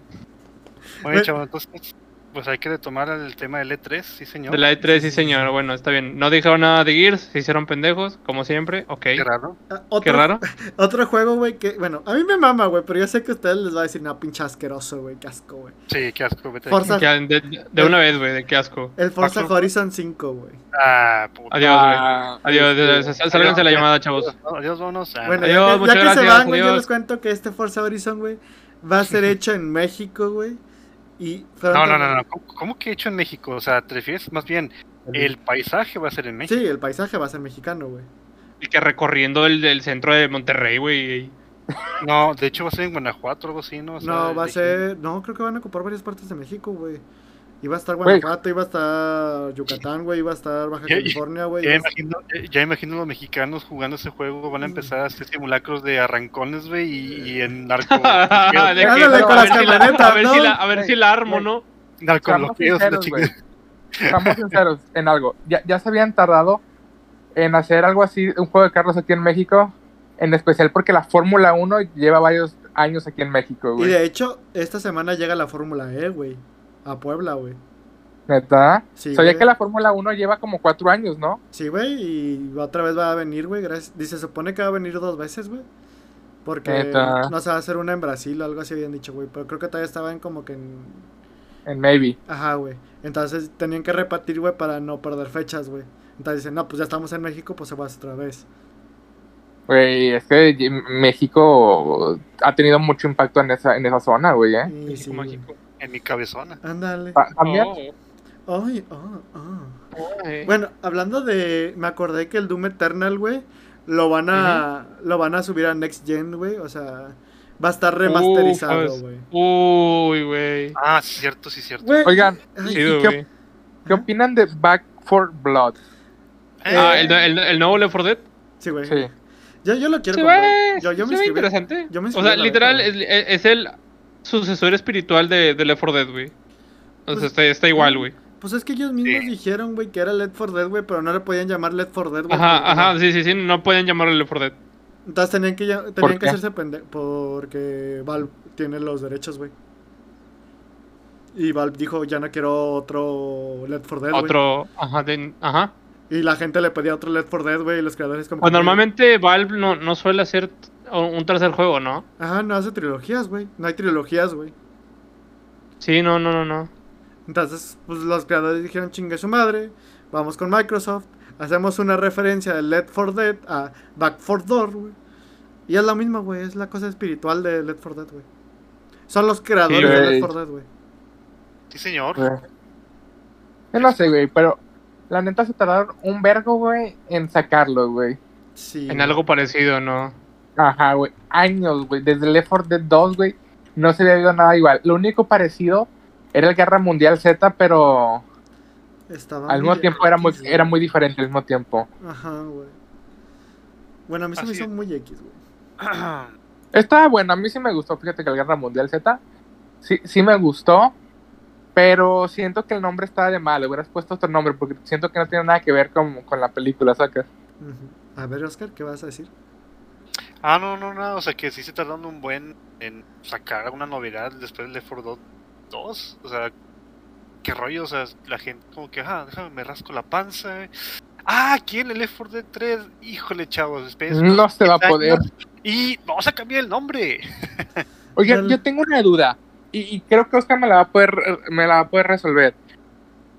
[SPEAKER 2] Bueno, chaval, entonces, Pues hay que retomar el tema del E3, sí señor.
[SPEAKER 4] De la E E3, sí, señor. Bueno, está bien. No dijeron nada de Gears, se hicieron pendejos, como siempre. Ok.
[SPEAKER 2] Qué raro.
[SPEAKER 3] Ah, Otro,
[SPEAKER 4] Qué raro.
[SPEAKER 3] Otro juego, güey, que, bueno, a mí me mama, güey, pero yo sé que a ustedes les va a decir, no, pinche asqueroso, güey, qué asco, güey.
[SPEAKER 2] Sí, qué asco, vete. de
[SPEAKER 3] Forza-
[SPEAKER 4] Que De, de- de una vez, güey, de qué asco.
[SPEAKER 3] El Forza
[SPEAKER 4] Paco.
[SPEAKER 3] Horizon 5, güey.
[SPEAKER 2] aquí. Ah, puta.
[SPEAKER 4] Adiós, güey.
[SPEAKER 1] Ah,
[SPEAKER 4] Adiós, adiós, adiós, sálganse la llamada, chavos.
[SPEAKER 2] Adiós, vámonos. Ah,
[SPEAKER 3] Bueno, ya
[SPEAKER 4] Adiós,
[SPEAKER 3] que- ya
[SPEAKER 4] muchas
[SPEAKER 3] que, se
[SPEAKER 4] gracias,
[SPEAKER 3] van, güey, yo
[SPEAKER 4] adiós.
[SPEAKER 3] les cuento que este Forza Horizon, güey, va a ser hecho en México, güey. Y
[SPEAKER 2] no, no, no, no. ¿Cómo, cómo que hecho en México? O sea, ¿te refieres más bien el paisaje va a ser en México?
[SPEAKER 3] Sí, el paisaje va a ser mexicano, güey.
[SPEAKER 4] Y que recorriendo el, el centro de Monterrey, güey.
[SPEAKER 2] No, de hecho va a ser en Guanajuato o algo así, ¿no? O sea,
[SPEAKER 3] No, va a
[SPEAKER 2] de-
[SPEAKER 3] ser. No, creo que van a ocupar varias partes de México, güey. Iba a estar
[SPEAKER 1] Güey.
[SPEAKER 3] Guanajuato, iba a estar Yucatán, güey, iba a estar Baja
[SPEAKER 2] Ya- ya-
[SPEAKER 3] California, güey.
[SPEAKER 2] Ya
[SPEAKER 3] iba a-
[SPEAKER 2] imagino, eh, ya- ya imagino los mexicanos jugando ese juego, van a
[SPEAKER 3] Mm.
[SPEAKER 2] empezar a hacer simulacros de arrancones, güey, y, y en narco...
[SPEAKER 4] De que,
[SPEAKER 3] Ándale,
[SPEAKER 4] a
[SPEAKER 3] con las
[SPEAKER 4] ver si la-
[SPEAKER 3] camionetas,
[SPEAKER 4] a ver si
[SPEAKER 3] ¿no?
[SPEAKER 4] la- a ver si la armo, ¿no?
[SPEAKER 1] Seamos
[SPEAKER 2] narcoloqueos, la
[SPEAKER 1] sinceros,
[SPEAKER 2] chingada.
[SPEAKER 1] güey. Seamos sinceros en algo. Ya, ya se habían tardado en hacer algo así, un juego de carros aquí en México, en especial porque la Fórmula 1 lleva varios años aquí en México,
[SPEAKER 3] Y
[SPEAKER 1] güey.
[SPEAKER 3] de hecho, esta semana llega la Fórmula E, güey. A Puebla, güey.
[SPEAKER 1] ¿Neta?
[SPEAKER 3] Sí,
[SPEAKER 1] Sabía
[SPEAKER 3] güey.
[SPEAKER 1] que la Fórmula 1 lleva como cuatro años, ¿no?
[SPEAKER 3] Sí, güey, y otra vez va a venir, güey. Gracias. Dice, se supone que va a venir dos veces, güey. Porque
[SPEAKER 1] Neta.
[SPEAKER 3] no se va a hacer una en Brasil o algo así habían dicho, güey. Pero creo que todavía estaban como que en.
[SPEAKER 1] En Maybe.
[SPEAKER 3] Ajá, güey. Entonces tenían que repartir, güey, para no perder fechas, güey. Entonces dicen, no, pues ya estamos en México, pues se va a hacer otra vez.
[SPEAKER 1] Güey, es que y- México ha tenido mucho impacto en esa, en esa zona, güey, ¿eh?
[SPEAKER 3] Y sí,
[SPEAKER 4] Ah, México,
[SPEAKER 3] güey.
[SPEAKER 4] México.
[SPEAKER 2] En mi cabezona.
[SPEAKER 3] Ándale.
[SPEAKER 1] Ta- También,
[SPEAKER 3] Ay, ah, ah.
[SPEAKER 4] Oh, Eh,
[SPEAKER 3] Bueno, hablando de. Me acordé que el Doom Eternal, güey. Lo van a. Lo van a subir a Next Gen, güey. O sea. Va a estar remasterizado,
[SPEAKER 4] Ufas.
[SPEAKER 3] güey.
[SPEAKER 4] Uy, güey.
[SPEAKER 2] Ah, sí, cierto, sí,
[SPEAKER 4] pues,
[SPEAKER 2] cierto.
[SPEAKER 3] Güey,
[SPEAKER 1] oigan,
[SPEAKER 3] ay, eh,
[SPEAKER 1] ¿y
[SPEAKER 4] Chido,
[SPEAKER 1] qué,
[SPEAKER 4] güey.
[SPEAKER 1] qué opinan de Back for Blood?
[SPEAKER 2] Eh,
[SPEAKER 4] Ah, el, el- el nuevo Left 4 Dead.
[SPEAKER 3] Sí, güey.
[SPEAKER 1] Sí.
[SPEAKER 3] Yo, yo lo quiero
[SPEAKER 4] Se
[SPEAKER 3] comprar.
[SPEAKER 4] ve,
[SPEAKER 3] Yo, yo me
[SPEAKER 4] se ve
[SPEAKER 3] inscribí.
[SPEAKER 4] interesante.
[SPEAKER 3] yo me
[SPEAKER 4] o
[SPEAKER 3] inscribí a
[SPEAKER 4] sea,
[SPEAKER 3] la
[SPEAKER 4] literal,
[SPEAKER 3] beta,
[SPEAKER 4] es, es el sucesor espiritual de, de Left 4 Dead, güey. O sea, está, está igual, güey.
[SPEAKER 3] Pues es que ellos mismos
[SPEAKER 2] Sí.
[SPEAKER 3] dijeron, güey, que era Left 4 Dead, güey, pero no le podían llamar Left 4 Dead, güey.
[SPEAKER 4] Ajá,
[SPEAKER 3] porque
[SPEAKER 4] ajá,
[SPEAKER 3] no.
[SPEAKER 4] sí, sí, sí, no pueden llamarlo Left 4 Dead.
[SPEAKER 3] Entonces tenían que, ya- tenían que
[SPEAKER 1] qué?
[SPEAKER 3] hacerse pendejos porque Valve tiene los derechos, güey. Y Valve dijo, ya no quiero otro Left 4 Dead, güey.
[SPEAKER 4] Otro, ajá, de- ajá.
[SPEAKER 3] Y la gente le pedía otro Left 4 Dead, güey, y los creadores como...
[SPEAKER 4] Pues
[SPEAKER 3] que, güey,
[SPEAKER 4] normalmente Valve no, no suele hacer t- un tercer juego, ¿no?
[SPEAKER 3] Ajá, no hace trilogías, güey. No hay trilogías, güey.
[SPEAKER 4] Sí, no, no, no, no.
[SPEAKER 3] Entonces, pues los creadores dijeron, chingue su madre, vamos con Microsoft, hacemos una referencia de Left 4 Dead a Back 4 Door, güey. Y es la misma, güey, es la cosa espiritual de Left 4 Dead, güey. Son los creadores
[SPEAKER 4] Sí,
[SPEAKER 3] de
[SPEAKER 1] güey.
[SPEAKER 3] Left 4 Dead, güey.
[SPEAKER 2] Sí, señor.
[SPEAKER 1] Güey. Yo no sé, güey, pero la neta se tardaron un vergo, güey, en sacarlo, güey.
[SPEAKER 3] Sí.
[SPEAKER 4] En
[SPEAKER 3] güey.
[SPEAKER 4] algo parecido, ¿no?
[SPEAKER 1] Ajá, güey. Años, güey. Desde Left 4 Dead 2, güey, no se había habido nada igual. Lo único parecido era el Guerra Mundial Z, pero
[SPEAKER 3] Estaba
[SPEAKER 1] al
[SPEAKER 3] muy
[SPEAKER 1] mismo tiempo era muy,
[SPEAKER 3] Ah, X, güey.
[SPEAKER 1] era muy diferente al mismo tiempo.
[SPEAKER 3] Ajá, güey. Bueno, a mí se me
[SPEAKER 2] Así
[SPEAKER 3] hizo
[SPEAKER 2] es.
[SPEAKER 3] muy X, güey.
[SPEAKER 2] Ah,
[SPEAKER 1] Estaba bueno, a mí sí me gustó, fíjate que el Guerra Mundial Z sí, sí me gustó, pero siento que el nombre estaba de mal, le hubieras puesto otro nombre porque siento que no tiene nada que ver con, con la película, sacas.
[SPEAKER 3] Ujú. A ver, Oscar, ¿qué vas a decir?
[SPEAKER 2] Ah, no, no, no. O sea, que sí se tardando un buen en sacar alguna novedad después del Left 4 Dead 2. O sea, qué rollo. O sea, la gente como que, ah, déjame, me rasco la panza. eh. Ah, ¿quién? El Left 4 Dead 3. Híjole, chavos. espérense unos
[SPEAKER 1] No se va Mm, a
[SPEAKER 2] 10
[SPEAKER 1] poder.
[SPEAKER 2] años Y vamos a cambiar el nombre.
[SPEAKER 1] Oigan,
[SPEAKER 3] Dale.
[SPEAKER 1] yo tengo una duda y, y creo que Oscar me la va a poder, me la va a poder resolver.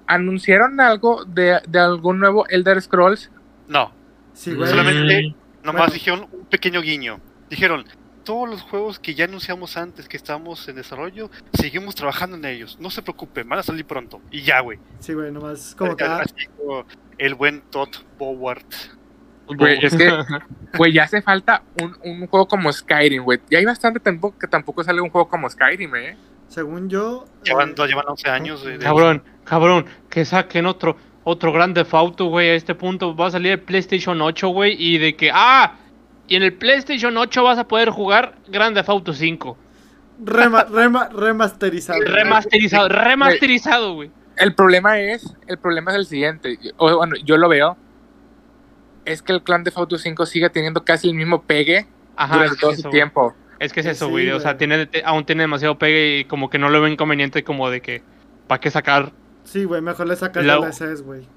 [SPEAKER 1] ¿Anunciaron algo de, de algún nuevo Elder Scrolls?
[SPEAKER 2] No,
[SPEAKER 3] Sí, güey.
[SPEAKER 2] Solamente-
[SPEAKER 3] Bueno.
[SPEAKER 2] Nomás dijeron un pequeño guiño. Dijeron, todos los juegos que ya anunciamos antes que estamos en desarrollo, seguimos trabajando en ellos. No se preocupen, van a salir pronto. Y ya, güey.
[SPEAKER 3] Sí, güey, nomás como que... ah,
[SPEAKER 2] Así como El buen Todd Boward.
[SPEAKER 1] Güey, es que- Güey, ya hace falta un, un juego como Skyrim, güey. Ya hay bastante tiempo que tampoco sale un juego como Skyrim, ¿eh?
[SPEAKER 3] Según yo...
[SPEAKER 2] Llevan,
[SPEAKER 3] eh,
[SPEAKER 2] no, llevan 11 años. güey, de-
[SPEAKER 4] cabrón, cabrón, que saquen otro otro grande Fauto, güey, a este punto va a salir el PlayStation 8, güey, y de que ah, y en el PlayStation 8 vas a poder jugar Grande Fauto 5,
[SPEAKER 3] eh, Rema, rema, remasterizado. güey.
[SPEAKER 4] remasterizado, remasterizado, güey.
[SPEAKER 1] El problema es, el problema es el siguiente, o, bueno, yo lo veo, es que el clan de Auto 5 sigue teniendo casi el mismo pegue
[SPEAKER 4] Ajá, es
[SPEAKER 1] durante
[SPEAKER 4] que
[SPEAKER 1] todo
[SPEAKER 4] es
[SPEAKER 1] su
[SPEAKER 4] eso, güey.
[SPEAKER 1] tiempo.
[SPEAKER 4] Es que es
[SPEAKER 3] Sí,
[SPEAKER 4] eso, güey, o sea,
[SPEAKER 3] güey.
[SPEAKER 4] tiene te- aún tiene demasiado pegue y como que no lo ven conveniente como de que ¿Para qué sacar
[SPEAKER 3] Sí, güey, mejor le sacas
[SPEAKER 4] La-
[SPEAKER 3] DLCs, güey.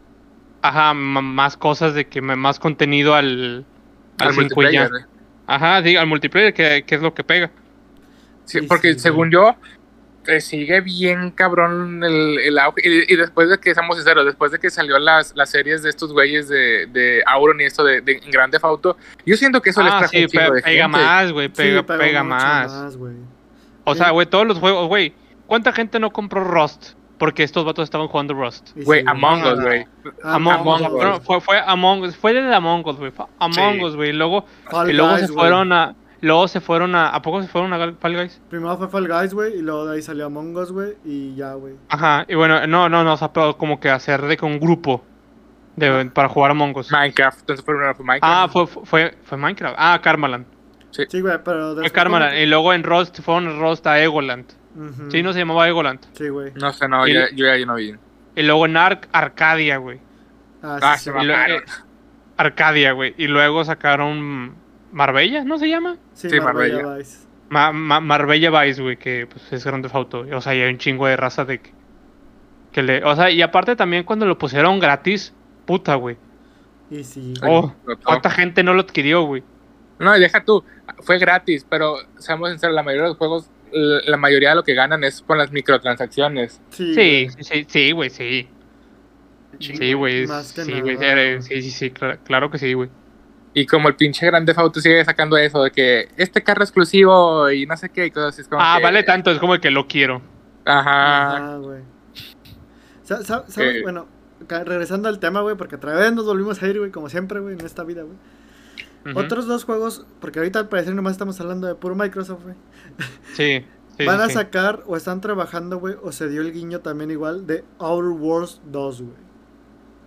[SPEAKER 4] ajá, m- más cosas de que me- más contenido al, al
[SPEAKER 1] Al multiplayer. ¿eh?
[SPEAKER 4] cincuenta? Ajá, sí, al multiplayer, que, que es lo que pega.
[SPEAKER 1] Sí,
[SPEAKER 3] Sí,
[SPEAKER 1] porque
[SPEAKER 3] sí,
[SPEAKER 1] según yo, te sigue bien cabrón el, el auge. Y, y después de que, seamos sinceros, después de que salió las, las series de estos güeyes de, de Auron y esto de, de Grande Fauto, yo siento que eso les
[SPEAKER 4] ah,
[SPEAKER 1] trajo
[SPEAKER 4] sí,
[SPEAKER 1] un chingo
[SPEAKER 4] pe-
[SPEAKER 1] de
[SPEAKER 4] pega
[SPEAKER 1] gente.
[SPEAKER 4] más, güey, pega,
[SPEAKER 3] Sí,
[SPEAKER 4] pega,
[SPEAKER 3] mucho
[SPEAKER 4] más.
[SPEAKER 3] güey.
[SPEAKER 4] O sea,
[SPEAKER 3] Sí.
[SPEAKER 4] güey, todos los juegos, güey, ¿cuánta gente no compró Rust? Porque estos vatos estaban jugando Rust.
[SPEAKER 3] Y
[SPEAKER 1] Güey,
[SPEAKER 3] sí,
[SPEAKER 1] Among
[SPEAKER 2] Ah,
[SPEAKER 1] Us, güey.
[SPEAKER 4] Among,
[SPEAKER 1] Among
[SPEAKER 4] Us.
[SPEAKER 1] Us.
[SPEAKER 4] No, fue, fue Among Us, fue desde Among Us, güey, fue Among
[SPEAKER 2] Sí.
[SPEAKER 4] Us, güey, y luego,
[SPEAKER 3] Fall
[SPEAKER 4] y luego
[SPEAKER 3] Guys,
[SPEAKER 4] se
[SPEAKER 3] güey.
[SPEAKER 4] fueron a, luego se fueron a, ¿a poco se fueron a Gal- Fall Guys?
[SPEAKER 3] Primero fue Fall Guys, güey, y luego de ahí salió Among Us, güey, y ya, güey.
[SPEAKER 4] Ajá, y bueno, no, no, no, o sea, pero como que hacer de que un grupo de, para jugar Among Us.
[SPEAKER 1] Minecraft, entonces fue una fue Minecraft.
[SPEAKER 4] Ah, fue, fue, fue Minecraft. Ah, Karmaland.
[SPEAKER 3] Sí, güey, pero
[SPEAKER 4] Fue
[SPEAKER 3] después
[SPEAKER 4] Karmaland.
[SPEAKER 3] como
[SPEAKER 4] Y luego en Rust fueron a Rust a Egoland.
[SPEAKER 3] que- Ujú.
[SPEAKER 4] eh. Sí, no se llamaba Egoland.
[SPEAKER 3] Sí, güey.
[SPEAKER 1] No sé, no,
[SPEAKER 4] Ah. Y-
[SPEAKER 1] yo, yo ya no vi.
[SPEAKER 4] Y luego en Arc, Arcadia, güey.
[SPEAKER 3] Ah,
[SPEAKER 1] Ah,
[SPEAKER 3] sí,
[SPEAKER 1] se
[SPEAKER 3] sí,
[SPEAKER 4] Y luego-
[SPEAKER 1] mamaron.
[SPEAKER 4] eh, Arcadia, güey. Y luego sacaron Marbella, ¿no se llama?
[SPEAKER 3] sí,
[SPEAKER 1] sí,
[SPEAKER 3] Marbella
[SPEAKER 1] Marbella.
[SPEAKER 3] Vice.
[SPEAKER 4] Ma- ma- Marbella Vice, güey, que pues, es grande Auto. O sea, y hay un chingo de raza de que, que le... O sea, y aparte también cuando lo pusieron gratis, puta, güey.
[SPEAKER 3] Y sí, güey.
[SPEAKER 4] Oh,
[SPEAKER 1] Lo todo.
[SPEAKER 4] ¿Cuánta gente no lo adquirió, güey?
[SPEAKER 1] No, y deja tú, fue gratis, pero seamos sinceros, la mayoría de los juegos, l- la mayoría de lo que ganan es con las microtransacciones.
[SPEAKER 3] Sí,
[SPEAKER 4] Sí,
[SPEAKER 3] güey.
[SPEAKER 4] sí, sí, sí, güey, sí.
[SPEAKER 2] Chingo.
[SPEAKER 4] Sí, güey.
[SPEAKER 3] Más que
[SPEAKER 4] Sí, güey.
[SPEAKER 3] nada.
[SPEAKER 4] era- Sí, sí, sí, cla- claro que sí, güey.
[SPEAKER 1] Y como el pinche Grande Fauto sigue sacando eso de que este carro exclusivo y no sé qué y cosas así. Es como
[SPEAKER 4] Ah,
[SPEAKER 1] que-
[SPEAKER 4] vale tanto, es como que lo quiero.
[SPEAKER 1] Ajá.
[SPEAKER 3] Ajá,
[SPEAKER 4] Ah.
[SPEAKER 3] güey. Sa- sa- ¿Sabes?
[SPEAKER 1] Eh.
[SPEAKER 3] Bueno, ca- regresando al tema, güey, porque otra vez nos volvimos a ir, güey, como siempre, güey, en esta vida, güey.
[SPEAKER 4] Ujú.
[SPEAKER 3] Otros dos juegos, porque ahorita al parecer nomás estamos hablando de puro Microsoft, güey.
[SPEAKER 4] Sí. sí,
[SPEAKER 3] Van
[SPEAKER 4] sí,
[SPEAKER 3] a
[SPEAKER 4] sí.
[SPEAKER 3] sacar o están trabajando, güey, o se dio el guiño también igual de Outer Worlds 2, güey.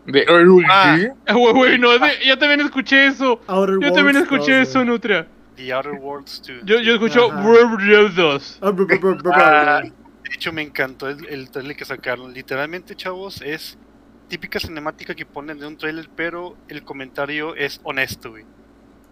[SPEAKER 1] De
[SPEAKER 2] Ah.
[SPEAKER 4] Ah, Güey, güey, no, de- yo también escuché eso.
[SPEAKER 3] Outer
[SPEAKER 4] Yo
[SPEAKER 3] Worlds
[SPEAKER 4] también escuché
[SPEAKER 3] 2,
[SPEAKER 4] eso,
[SPEAKER 3] güey.
[SPEAKER 4] Nutria.
[SPEAKER 2] The Outer Worlds 2.
[SPEAKER 4] Yo, yo escucho
[SPEAKER 3] Ajá.
[SPEAKER 4] World War 2.
[SPEAKER 3] Ah, br- br- br- br-
[SPEAKER 2] Ah,
[SPEAKER 3] br-
[SPEAKER 2] de hecho, me encantó el, el trailer que sacaron. Literalmente, chavos, es típica cinemática que ponen de un trailer, pero el comentario es honesto, güey.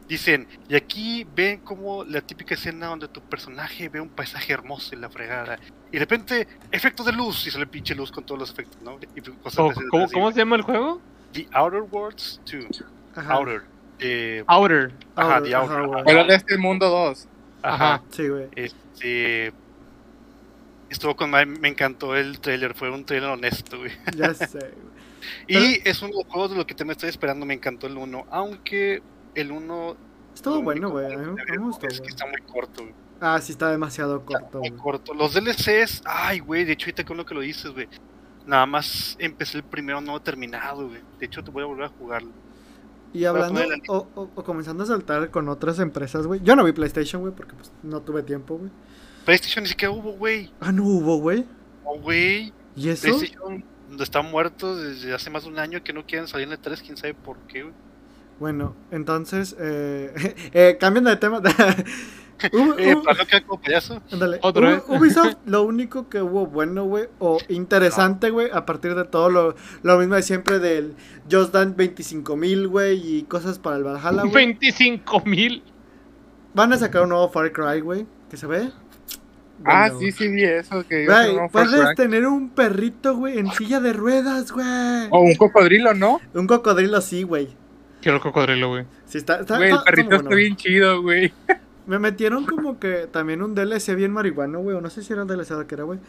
[SPEAKER 2] Dicen, y aquí ven como la típica escena donde tu personaje ve un paisaje hermoso en la fregada. Y de repente, efectos de luz, y sale pinche luz con todos los efectos, ¿no? Y cosas
[SPEAKER 4] ¿Cómo,
[SPEAKER 2] así,
[SPEAKER 4] cómo-
[SPEAKER 2] así.
[SPEAKER 4] cómo se llama el juego?
[SPEAKER 2] The Outer Worlds 2.
[SPEAKER 3] Ajá.
[SPEAKER 2] Outer. Eh,
[SPEAKER 4] Outer.
[SPEAKER 2] ajá,
[SPEAKER 3] Outer,
[SPEAKER 2] The Outer.
[SPEAKER 3] ajá, güey.
[SPEAKER 1] Pero de este mundo 2.
[SPEAKER 4] Ajá.
[SPEAKER 2] ajá.
[SPEAKER 3] Sí, güey.
[SPEAKER 2] Este. Estuvo con madre, me encantó el trailer, fue un trailer honesto, güey.
[SPEAKER 3] Ya sé, güey.
[SPEAKER 2] Y es uno de los juegos de lo que te me estoy esperando, me encantó el 1, aunque el 1
[SPEAKER 3] Estuvo
[SPEAKER 2] Lo
[SPEAKER 3] bueno,
[SPEAKER 2] único
[SPEAKER 3] güey. A
[SPEAKER 2] malo
[SPEAKER 3] mí
[SPEAKER 2] que
[SPEAKER 3] me-
[SPEAKER 2] le
[SPEAKER 3] me
[SPEAKER 2] veo
[SPEAKER 3] gustó,
[SPEAKER 2] es que
[SPEAKER 3] güey.
[SPEAKER 2] está muy corto, güey,
[SPEAKER 3] Ah, sí, está demasiado corto,
[SPEAKER 2] muy
[SPEAKER 3] güey.
[SPEAKER 2] corto. Los DLCs, ay, güey, de hecho ahorita con lo que lo dices, güey. Nada más empecé el primero no terminado, güey. De hecho te voy a volver a jugarlo.
[SPEAKER 3] Y hablando,
[SPEAKER 2] poner
[SPEAKER 3] o, o- o comenzando a saltar con otras empresas, güey. Yo no vi PlayStation, güey, porque pues, no tuve tiempo, güey.
[SPEAKER 2] PlayStation ni siquiera hubo, güey.
[SPEAKER 3] Ah, no hubo, güey.
[SPEAKER 2] No, güey.
[SPEAKER 3] ¿Y eso?
[SPEAKER 2] PlayStation está muerto desde hace más de un año que no quieren salir en el 3, quién sabe por qué, güey.
[SPEAKER 3] Bueno, entonces, eh, eh, cambiando de tema. Hubo-
[SPEAKER 2] Eh,
[SPEAKER 3] hubo-
[SPEAKER 2] para lo que era como payaso.
[SPEAKER 3] Ándale.
[SPEAKER 4] Otro,
[SPEAKER 3] Ubi-
[SPEAKER 4] ¿eh?
[SPEAKER 3] Ubisoft, lo único que hubo bueno, güey, o interesante, güey, a partir de todo lo, lo mismo de siempre del Just Dance 25.000, güey, y cosas para el Valhalla, güey.
[SPEAKER 4] 25 mil.
[SPEAKER 3] Van a sacar un nuevo Far Cry, güey, que se ve.
[SPEAKER 1] Ah,
[SPEAKER 3] Bueno,
[SPEAKER 1] sí, sí, vi eso. Que iba a ser un
[SPEAKER 3] Güey, pues
[SPEAKER 1] nuevo Far
[SPEAKER 3] puedes
[SPEAKER 1] Cry.
[SPEAKER 3] tener un perrito, güey, en silla de ruedas, güey.
[SPEAKER 1] O un cocodrilo, ¿no?
[SPEAKER 3] Un cocodrilo, sí, güey.
[SPEAKER 4] Quiero el cocodrilo, güey.
[SPEAKER 3] Sí, está, está,
[SPEAKER 1] Güey, el
[SPEAKER 3] está- está
[SPEAKER 1] perrito
[SPEAKER 3] muy
[SPEAKER 1] está
[SPEAKER 3] bueno.
[SPEAKER 1] bien chido, güey.
[SPEAKER 3] Me metieron como que también un DLC bien marihuano, güey. O no sé si era un DLC o qué era, güey.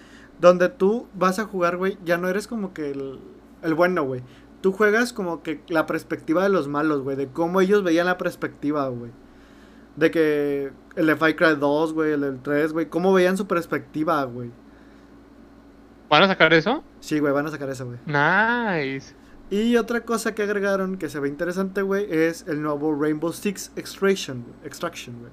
[SPEAKER 3] Donde tú vas a jugar, güey. Ya no eres como que el, el bueno, güey. Tú juegas como que la perspectiva de los malos, güey. De cómo ellos veían la perspectiva, güey. De que el de Far Cry 2, güey. El del 3, güey. Cómo veían su perspectiva, güey.
[SPEAKER 4] ¿Van a sacar eso?
[SPEAKER 3] Sí, güey. Van a sacar eso, güey.
[SPEAKER 4] Nice.
[SPEAKER 3] Y otra cosa que agregaron que se ve interesante, güey. Es el nuevo Rainbow Six Extraction, güey. Extraction, güey.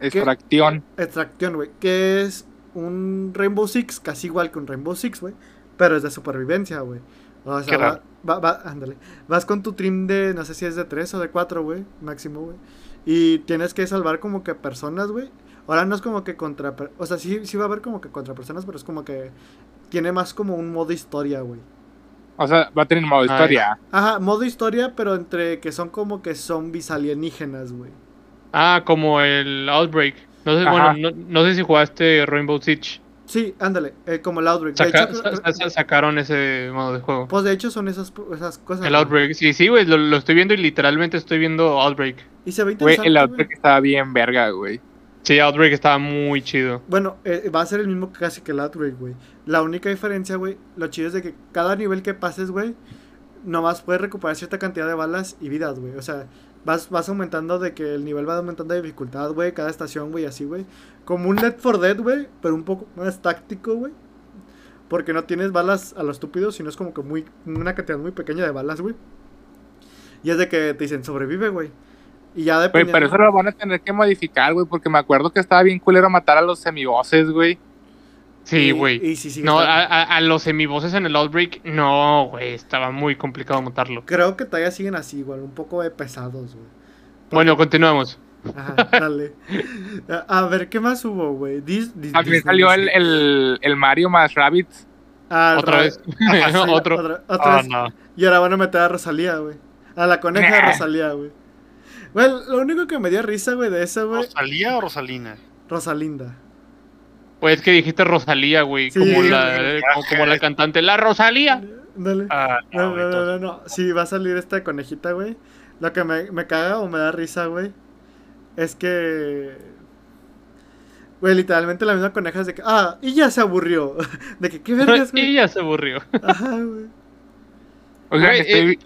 [SPEAKER 1] Extracción.
[SPEAKER 3] Extraction, güey. Que es un Rainbow Six, casi igual que un Rainbow Six, güey. Pero es de supervivencia, güey. O sea,
[SPEAKER 2] Qué
[SPEAKER 3] va,
[SPEAKER 2] raro.
[SPEAKER 3] va, va- ándale. Vas con tu trim de, no sé si es de 3 o de 4, güey. Máximo, güey. Y tienes que salvar como que personas, güey. Ahora no es como que contra... per- O sea, sí, sí va a haber como que contra personas, pero es como que... Tiene más como un modo historia, güey.
[SPEAKER 1] O sea, va a tener modo
[SPEAKER 4] Ay.
[SPEAKER 1] historia.
[SPEAKER 3] Ajá, modo historia, pero entre que son como que zombies alienígenas, güey.
[SPEAKER 4] Ah, como el Outbreak. No sé,
[SPEAKER 1] Ajá.
[SPEAKER 4] bueno, no, no sé si jugaste Rainbow Siege.
[SPEAKER 3] Sí, ándale, eh, como el Outbreak. De
[SPEAKER 4] Saca-
[SPEAKER 3] hecho,
[SPEAKER 4] sa- sa- sacaron ese modo de juego.
[SPEAKER 3] pues de hecho son esas, esas cosas.
[SPEAKER 4] El
[SPEAKER 3] güey.
[SPEAKER 4] Outbreak. Sí, sí, güey, lo, lo estoy viendo y literalmente estoy viendo Outbreak.
[SPEAKER 3] Y se ve
[SPEAKER 1] Güey,
[SPEAKER 3] interesante.
[SPEAKER 1] el
[SPEAKER 3] güey.
[SPEAKER 1] outfit estaba bien verga, güey.
[SPEAKER 4] Sí, Outbreak estaba muy chido.
[SPEAKER 3] Bueno, eh, va a ser el mismo casi que el Outbreak, güey. La única diferencia, güey, lo chido es de que cada nivel que pases, güey, nomás puedes recuperar cierta cantidad de balas y vidas, güey. O sea, vas, vas aumentando de que el nivel va aumentando de dificultad, güey, cada estación, güey, así, güey. Como un Left for Dead, güey, pero un poco más táctico, güey. Porque no tienes balas a lo estúpido, sino es como que muy una cantidad muy pequeña de balas, güey. Y es de que te dicen sobrevive, güey. Y ya
[SPEAKER 1] Güey,
[SPEAKER 3] depende.
[SPEAKER 1] pero eso lo van a tener que modificar, güey, porque me acuerdo que estaba bien culero matar a los semibosses, güey.
[SPEAKER 4] Sí, güey.
[SPEAKER 3] sí, sí,
[SPEAKER 1] ah,
[SPEAKER 4] No,
[SPEAKER 3] está-
[SPEAKER 4] a, a- a los semibosses en el Outbreak, no, güey, estaba muy complicado matarlo.
[SPEAKER 3] Creo que todavía siguen así, igual, un poco de pesados, güey.
[SPEAKER 4] Bueno, continuamos.
[SPEAKER 3] Ajá, dale. A a ver, ¿qué más hubo, güey? Dis-
[SPEAKER 1] También
[SPEAKER 3] dis- Disney,
[SPEAKER 1] Ah, salió el,
[SPEAKER 3] Disney.
[SPEAKER 1] el, el Mario más Rabbids.
[SPEAKER 3] Ah, el
[SPEAKER 4] Otra
[SPEAKER 3] ra-
[SPEAKER 4] vez.
[SPEAKER 3] Ajá, sí,
[SPEAKER 4] Otro.
[SPEAKER 3] Otra, otra
[SPEAKER 2] Ah,
[SPEAKER 3] vez.
[SPEAKER 2] no.
[SPEAKER 3] Y ahora van a meter a Rosalía, güey. A la coneja de
[SPEAKER 1] Nah.
[SPEAKER 3] Rosalía, güey. Güey, lo único que me dio risa, güey, de esa, güey,
[SPEAKER 2] ¿Rosalía o Rosalina?
[SPEAKER 3] Rosalinda.
[SPEAKER 4] Pues es que dijiste Rosalía, güey,
[SPEAKER 3] Sí,
[SPEAKER 4] como,
[SPEAKER 3] güey.
[SPEAKER 4] la, eh, como, como la cantante. ¡La Rosalía!
[SPEAKER 3] Dale.
[SPEAKER 2] Ah, no,
[SPEAKER 3] No,
[SPEAKER 2] güey,
[SPEAKER 3] no, no,
[SPEAKER 2] todo-
[SPEAKER 3] no, no. Sí, va a salir esta conejita, güey. Lo que me, me caga o me da risa, güey, es que. Güey, literalmente la misma coneja es de que. Ah, y ya se aburrió. De que, ¿qué vergas,
[SPEAKER 4] y
[SPEAKER 3] güey?
[SPEAKER 4] ya se aburrió.
[SPEAKER 3] Ajá, güey.
[SPEAKER 1] Oigan,
[SPEAKER 4] Güey, ah.
[SPEAKER 1] estoy,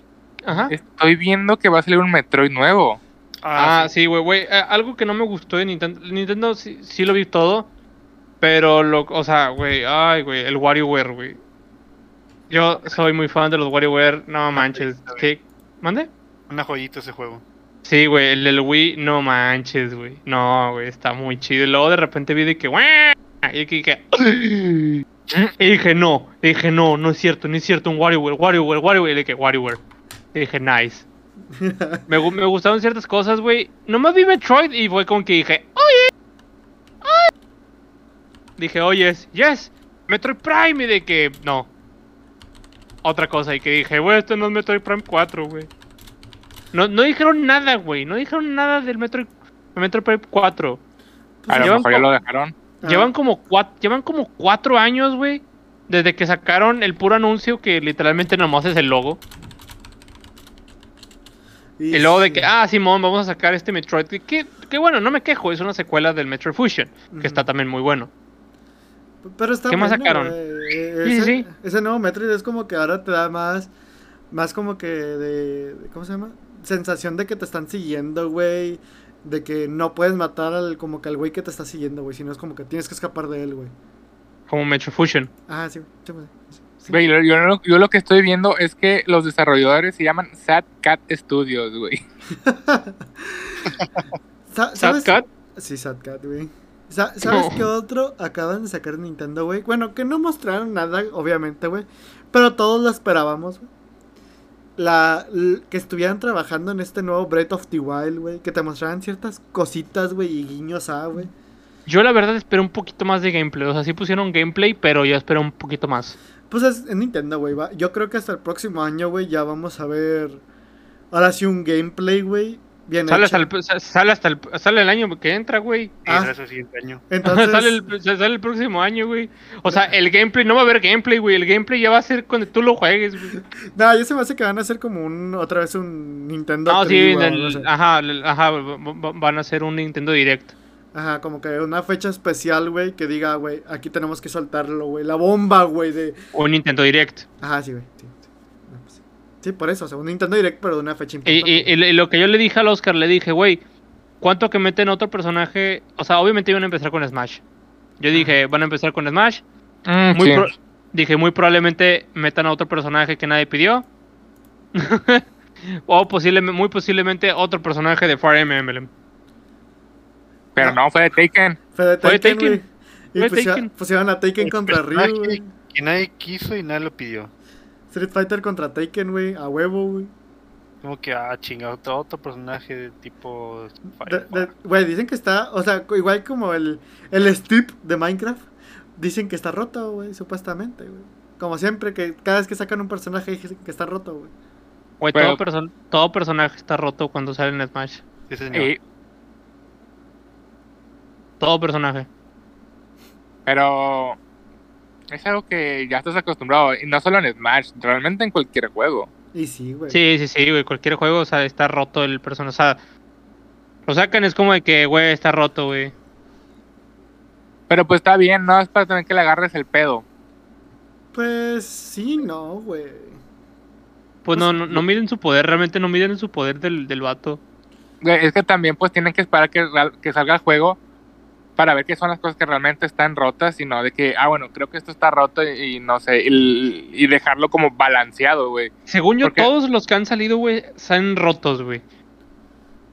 [SPEAKER 4] Ajá.
[SPEAKER 1] estoy viendo que va a salir un Metroid nuevo.
[SPEAKER 4] Ah, sí, güey, güey. eh, algo que no me gustó de Nintendo. Nintendo sí, sí lo vi todo. Pero, lo, o sea, güey, ay, güey, el WarioWare, güey. Yo soy muy fan de los WarioWare, no manches. ¿Qué? ¿Mande?
[SPEAKER 2] Una joyita ese juego.
[SPEAKER 4] Sí, güey, el del Wii, no manches, güey. No, güey, está muy chido. Y luego de repente vi de que, "Guau", y que dije, y dije, no, y dije, no, no es cierto, no es cierto, un WarioWare, WarioWare, WarioWare, y de que WarioWare. Y dije, nice. Me, gu- me gustaron ciertas cosas, güey. Nomás vi Metroid y fue como que dije, oye, ay". Dije, oye, yes, Metroid Prime, y de que, no. Otra cosa, y que dije, güey, esto no es Metroid Prime 4, güey. No, no dijeron nada, güey. No dijeron nada del Metroid, Metroid Prime 4.
[SPEAKER 1] A lo
[SPEAKER 4] llevan
[SPEAKER 1] mejor ya
[SPEAKER 4] co-
[SPEAKER 1] lo dejaron.
[SPEAKER 3] Ah,
[SPEAKER 4] Llevan como cuatro, llevan como cuatro años, güey, desde que sacaron el puro anuncio que literalmente nomás es el logo. Y luego de que,
[SPEAKER 3] sí.
[SPEAKER 4] ah, Simón, vamos a sacar este Metroid. Que, que- que bueno, no me quejo, es una secuela del Metroid Fusion,
[SPEAKER 3] Ujú.
[SPEAKER 4] que está también muy bueno.
[SPEAKER 3] Pero está
[SPEAKER 4] ¿Qué más
[SPEAKER 3] bueno,
[SPEAKER 4] sacaron?
[SPEAKER 3] güey. Eh,
[SPEAKER 4] Sí,
[SPEAKER 3] Ese,
[SPEAKER 4] sí.
[SPEAKER 3] ese nuevo Metroid es como que ahora te da más. Más como que de. de- ¿Cómo se llama? Sensación de que te están siguiendo, güey. De que no puedes matar al como que al güey que te está siguiendo, güey. Sino es como que tienes que escapar de él, güey.
[SPEAKER 4] Como Metroid Fusion.
[SPEAKER 3] Ah, sí, sí, güey. Sí.
[SPEAKER 1] Güey, yo, yo lo- yo lo que estoy viendo es que los desarrolladores se llaman Sad Cat Studios, güey.
[SPEAKER 3] Sa-
[SPEAKER 4] Sad
[SPEAKER 3] ¿Sabes?
[SPEAKER 4] Cat.
[SPEAKER 3] Sí, Sad Cat, güey. Sa- ¿Sabes
[SPEAKER 4] No.
[SPEAKER 3] qué otro acaban de sacar Nintendo, güey? Bueno, que no mostraron nada, obviamente, güey. Pero todos lo esperábamos, güey. La, l- que estuvieran trabajando en este nuevo Breath of the Wild, güey. Que te mostraran ciertas cositas, güey, y guiños a, güey.
[SPEAKER 4] Yo la verdad esperé un poquito más de gameplay. O sea, sí pusieron gameplay, pero yo esperé un poquito más.
[SPEAKER 3] Pues es, es Nintendo, güey. va- Yo creo que hasta el próximo año, güey, ya vamos a ver. Ahora sí, un gameplay, güey. Bien
[SPEAKER 4] Sale
[SPEAKER 3] hecho.
[SPEAKER 4] hasta, el, sa- sale hasta el, sale el año que entra, güey.
[SPEAKER 2] Y
[SPEAKER 3] Ah.
[SPEAKER 2] sale ese siguiente año.
[SPEAKER 3] Entonces,
[SPEAKER 4] sale, el, sale el próximo año, güey. O sea, el gameplay, no va a haber gameplay, güey. El gameplay ya va a ser cuando tú lo juegues, güey.
[SPEAKER 3] nada, ya se me hace que van a hacer como un. Otra vez un Nintendo.
[SPEAKER 4] No, Ah, sí,
[SPEAKER 3] Tree, güey,
[SPEAKER 4] el-
[SPEAKER 3] no sé.
[SPEAKER 4] ajá, el- ajá, va- va- van a hacer un Nintendo Direct.
[SPEAKER 3] Ajá, como que una fecha especial, güey, que diga, güey, aquí tenemos que soltarlo, güey, la bomba, güey, de...
[SPEAKER 4] Un Nintendo Direct.
[SPEAKER 3] Ajá, sí, güey, sí, sí. No, pues sí. Sí, por eso, o sea, un Nintendo Direct, pero de una fecha
[SPEAKER 4] Y,
[SPEAKER 3] importante.
[SPEAKER 4] y- y lo que yo le dije al Oscar, le dije, güey, ¿cuánto que meten otro personaje? O sea, obviamente iban a empezar con Smash. Yo dije, van a empezar con Smash. Muy
[SPEAKER 1] sí.
[SPEAKER 4] pro- dije, muy probablemente metan a otro personaje que nadie pidió. o posible, muy posiblemente otro personaje de Fire Emblem.
[SPEAKER 1] Pero no, fue de Taken.
[SPEAKER 3] Fue de
[SPEAKER 4] fue de
[SPEAKER 3] Taken, güey.
[SPEAKER 4] Taken.
[SPEAKER 3] Y
[SPEAKER 4] Fue de
[SPEAKER 3] pusieron-
[SPEAKER 4] Taken.
[SPEAKER 3] pusieron a Taken
[SPEAKER 2] El
[SPEAKER 3] contra
[SPEAKER 2] personaje.
[SPEAKER 3] Ryu, güey.
[SPEAKER 2] Que nadie quiso y nadie lo pidió.
[SPEAKER 3] Street Fighter contra Taken, güey, a huevo, güey.
[SPEAKER 2] Como que, ah, chingado, otro, otro personaje de tipo.
[SPEAKER 3] De- de- Güey, dicen que está, o sea, co- igual como el, el Steep de Minecraft, dicen que está roto, güey, supuestamente, güey. Como siempre, que cada vez que sacan un personaje dicen que está roto, güey.
[SPEAKER 4] Güey,
[SPEAKER 1] Pero-
[SPEAKER 4] todo, person- todo personaje está roto cuando sale en Smash.
[SPEAKER 2] Sí, señor.
[SPEAKER 4] Eh,
[SPEAKER 1] Y-
[SPEAKER 4] Todo personaje.
[SPEAKER 1] pero es algo que ya estás acostumbrado, y no solo en Smash, realmente en cualquier juego.
[SPEAKER 3] Y sí, güey.
[SPEAKER 4] Sí, sí, sí, güey. Cualquier juego, o sea, está roto el personaje. O sea, lo sacan es como de que, güey, está roto, güey.
[SPEAKER 1] Pero pues está bien, ¿no? Es para también que le agarres el pedo.
[SPEAKER 3] Pues sí, no, güey.
[SPEAKER 4] Pues no, no, no miden su poder, realmente no miden su poder del, del vato.
[SPEAKER 1] Güey, Es que también pues tienen que esperar que, real- que salga el juego para ver qué son las cosas que realmente están rotas y no de que, ah, bueno, creo que esto está roto y, y no sé, y, y dejarlo como balanceado, güey.
[SPEAKER 4] Según yo,
[SPEAKER 1] Porque-
[SPEAKER 4] todos los que han salido, güey, salen rotos, güey.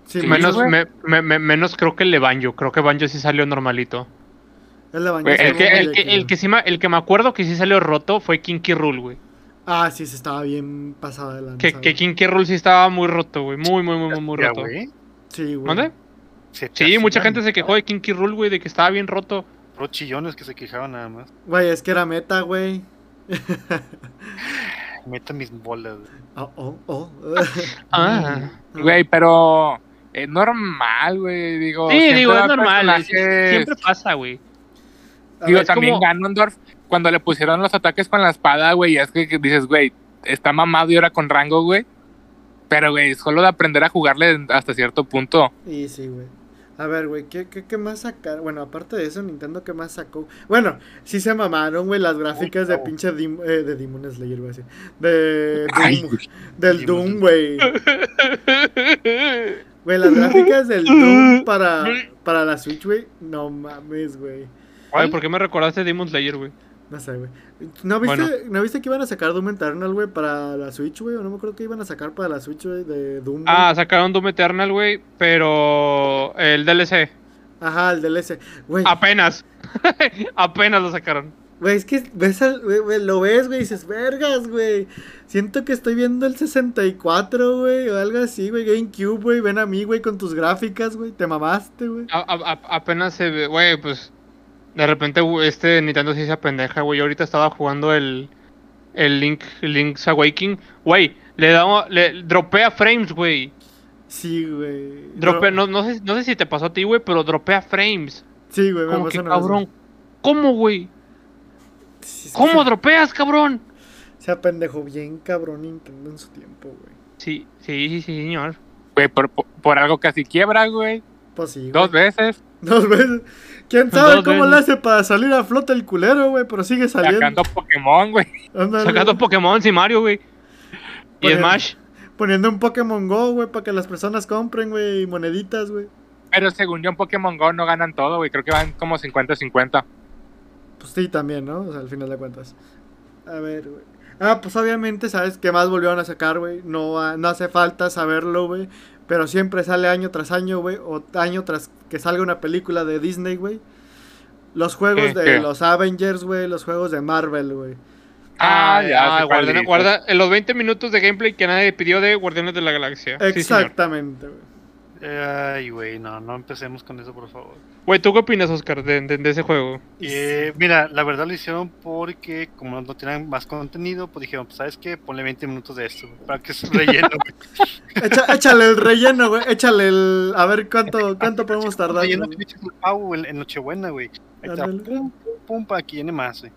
[SPEAKER 3] Sí,
[SPEAKER 1] Sí,
[SPEAKER 3] menos,
[SPEAKER 4] Menos,
[SPEAKER 1] güey.
[SPEAKER 4] me- me- me- menos creo que el de Banjo. Creo que Banjo sí salió normalito.
[SPEAKER 3] Es la
[SPEAKER 1] Güey,
[SPEAKER 3] bañaste,
[SPEAKER 4] El que,
[SPEAKER 3] güey,
[SPEAKER 4] el, que,
[SPEAKER 3] aquí.
[SPEAKER 4] el, que sí me, el que me acuerdo que sí salió roto fue Kinky Rule, güey.
[SPEAKER 3] Ah, sí, se estaba bien pasada de lanza.
[SPEAKER 4] Que, que
[SPEAKER 3] güey.
[SPEAKER 4] Kinky Rule sí estaba muy roto, güey. Muy, muy, muy, muy, muy
[SPEAKER 2] Ya,
[SPEAKER 4] roto.
[SPEAKER 2] güey,
[SPEAKER 3] Sí, güey.
[SPEAKER 4] ¿Dónde?
[SPEAKER 2] se te
[SPEAKER 4] Sí, mucha
[SPEAKER 2] hacían
[SPEAKER 4] gente se quejó de Kinky Rule, güey, de que estaba bien roto.
[SPEAKER 2] Puros chillones que se quejaban nada más.
[SPEAKER 3] Güey, es que era meta, güey.
[SPEAKER 2] Meta mis bolas. güey.
[SPEAKER 3] Oh, oh, oh.
[SPEAKER 4] Ah.
[SPEAKER 1] Güey, pero eh, es normal, güey, digo.
[SPEAKER 4] Sí,
[SPEAKER 1] siempre
[SPEAKER 4] digo, es
[SPEAKER 1] dan
[SPEAKER 4] normal. güey,
[SPEAKER 1] personajes-
[SPEAKER 4] Siempre pasa, güey.
[SPEAKER 3] A
[SPEAKER 1] Digo,
[SPEAKER 3] ver,
[SPEAKER 4] es como-
[SPEAKER 1] también Ganondorf, cuando le pusieron los ataques con la espada, güey, es que, que dices, güey, está mamado y ahora con rango, güey. Pero, güey, solo de aprender a jugarle hasta cierto punto.
[SPEAKER 3] Y sí, güey. A ver, güey, ¿qué, qué, qué más sacar? Bueno, aparte de eso, Nintendo, ¿qué más sacó? Bueno, sí se mamaron, güey, las gráficas de
[SPEAKER 2] no.
[SPEAKER 3] pinche Dim- eh, de Demon Slayer, güey, así. De
[SPEAKER 1] Ay,
[SPEAKER 3] Doom,
[SPEAKER 1] güey.
[SPEAKER 3] del
[SPEAKER 2] Demon
[SPEAKER 3] Doom, güey. Güey, las gráficas del Doom para, para la Switch, güey. No mames, güey.
[SPEAKER 4] Ay, ¿por qué me recordaste Demon Slayer, güey?
[SPEAKER 3] No sé, güey. ¿No viste, ¿No viste que iban a sacar Doom Eternal, güey, para la Switch, güey? O no me acuerdo que iban a sacar para la Switch, güey, de Doom. güey.
[SPEAKER 4] Ah, sacaron Doom Eternal, güey, pero el DLC.
[SPEAKER 3] Ajá, el DLC. Güey,
[SPEAKER 4] Ah, Apenas. Apenas lo sacaron.
[SPEAKER 3] güey, es que ves al- güey, güey, lo ves, güey, y dices, vergas, güey. Siento que estoy viendo el 64, güey, o algo así, güey. GameCube, güey, ven a mí, güey, con tus gráficas, güey. Te mamaste, güey.
[SPEAKER 4] A- a- a- apenas se ve, güey, pues. De repente güey, este Nintendo sí se apendeja, güey. Yo ahorita estaba jugando el. El Link, Link's Awakening. Güey, le damos. Le dropea frames, güey.
[SPEAKER 3] Sí, güey.
[SPEAKER 4] Dropea,
[SPEAKER 3] No-
[SPEAKER 4] no, no, sé, no sé si te pasó a ti, güey, pero dropea frames.
[SPEAKER 3] Sí, güey, me
[SPEAKER 4] Como
[SPEAKER 3] pasó
[SPEAKER 4] que
[SPEAKER 3] una vez,
[SPEAKER 4] cabrón.
[SPEAKER 3] güey.
[SPEAKER 4] ¿Cómo, güey?
[SPEAKER 3] Sí, es que
[SPEAKER 4] ¿Cómo
[SPEAKER 3] se-
[SPEAKER 4] dropeas, cabrón?
[SPEAKER 3] Se apendejó bien, cabrón, Nintendo en su tiempo, güey.
[SPEAKER 4] Sí, sí, sí, sí, señor.
[SPEAKER 1] Güey, por, por- por algo casi quiebra, güey.
[SPEAKER 3] Pues sí. güey.
[SPEAKER 1] Dos veces.
[SPEAKER 3] Dos veces. ¿Quién sabe
[SPEAKER 4] Dos
[SPEAKER 3] cómo
[SPEAKER 4] veces.
[SPEAKER 3] le hace para salir a flote el culero, güey? Pero sigue saliendo.
[SPEAKER 1] Sacando Pokémon, güey.
[SPEAKER 3] Ándale,
[SPEAKER 4] Sacando
[SPEAKER 3] güey.
[SPEAKER 4] Pokémon y Mario, güey. Y
[SPEAKER 3] Pues-
[SPEAKER 4] Smash.
[SPEAKER 3] Poniendo un Pokémon Go, güey, para que las personas compren, güey, y moneditas, güey.
[SPEAKER 1] Pero según yo en Pokémon GO no ganan todo, güey. Creo que van como 50-50.
[SPEAKER 3] Pues sí, también, ¿no? O sea, al final de cuentas. A ver, güey. Ah, pues obviamente, ¿sabes qué más volvieron a sacar, güey? No, ah, no hace falta saberlo, güey. Pero siempre sale año tras año, güey. O año tras que salga una película de Disney, güey. Los juegos
[SPEAKER 1] ¿Qué?
[SPEAKER 3] de
[SPEAKER 1] ¿Qué?
[SPEAKER 3] los Avengers, güey. Los juegos de Marvel, güey.
[SPEAKER 1] Ah,
[SPEAKER 4] Ay,
[SPEAKER 1] ya,
[SPEAKER 4] ay,
[SPEAKER 1] sé cuál
[SPEAKER 4] guardiana-
[SPEAKER 1] dices.
[SPEAKER 4] guarda, en los 20 minutos de gameplay que nadie pidió de Guardianes de la Galaxia. Sí, señor.
[SPEAKER 3] Exactamente, güey.
[SPEAKER 2] Ay, güey, no, no empecemos con eso, por favor.
[SPEAKER 4] Güey, ¿tú qué opinas, Oscar, de, de- de ese juego?
[SPEAKER 2] Eh, mira, la verdad lo hicieron porque como no tenían más contenido, pues dijeron, pues, ¿sabes qué? Ponle 20 minutos de esto, güey, para que se relleno. güey.
[SPEAKER 3] Echa- échale el relleno, güey. Échale el. A ver cuánto, cuánto podemos tardar.
[SPEAKER 2] Relleno
[SPEAKER 3] güey.
[SPEAKER 2] que echas "Ah, el pavo en, en Nochebuena, güey. Ahí está,
[SPEAKER 3] Ándale.
[SPEAKER 2] pum, pum, pum, para que llene más, güey.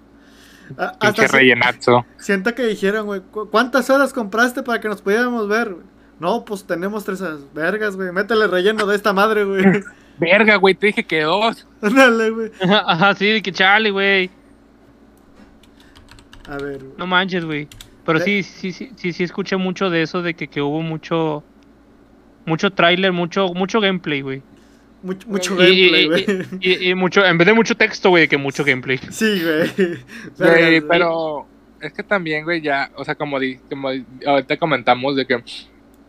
[SPEAKER 3] A-
[SPEAKER 1] Pinche
[SPEAKER 3] Hasta si-
[SPEAKER 1] rellenazo.
[SPEAKER 3] siento que dijeron, güey, "¿Cu- ¿cuántas horas compraste para que nos pudiéramos ver? güey?" No, pues tenemos tres horas. vergas, güey. Métele relleno de esta madre, güey.
[SPEAKER 1] Verga, güey, te dije que dos.
[SPEAKER 3] Ándale, güey.
[SPEAKER 4] Ajá, sí, que Charlie, güey.
[SPEAKER 3] A ver, güey.
[SPEAKER 4] No manches, güey. Pero
[SPEAKER 3] Eh.
[SPEAKER 4] sí, sí, sí, sí, sí escuché mucho de eso, de que, que hubo mucho... Mucho tráiler, mucho, mucho gameplay, güey.
[SPEAKER 3] Mucho, mucho
[SPEAKER 4] Y- y-
[SPEAKER 3] gameplay, güey.
[SPEAKER 4] Y, y mucho, en vez de mucho texto, güey, de que mucho gameplay.
[SPEAKER 3] Sí, güey.
[SPEAKER 1] Güey,
[SPEAKER 3] Vergas,
[SPEAKER 1] pero es que también, güey, ya, o sea, como, di, como di- ahorita comentamos, de que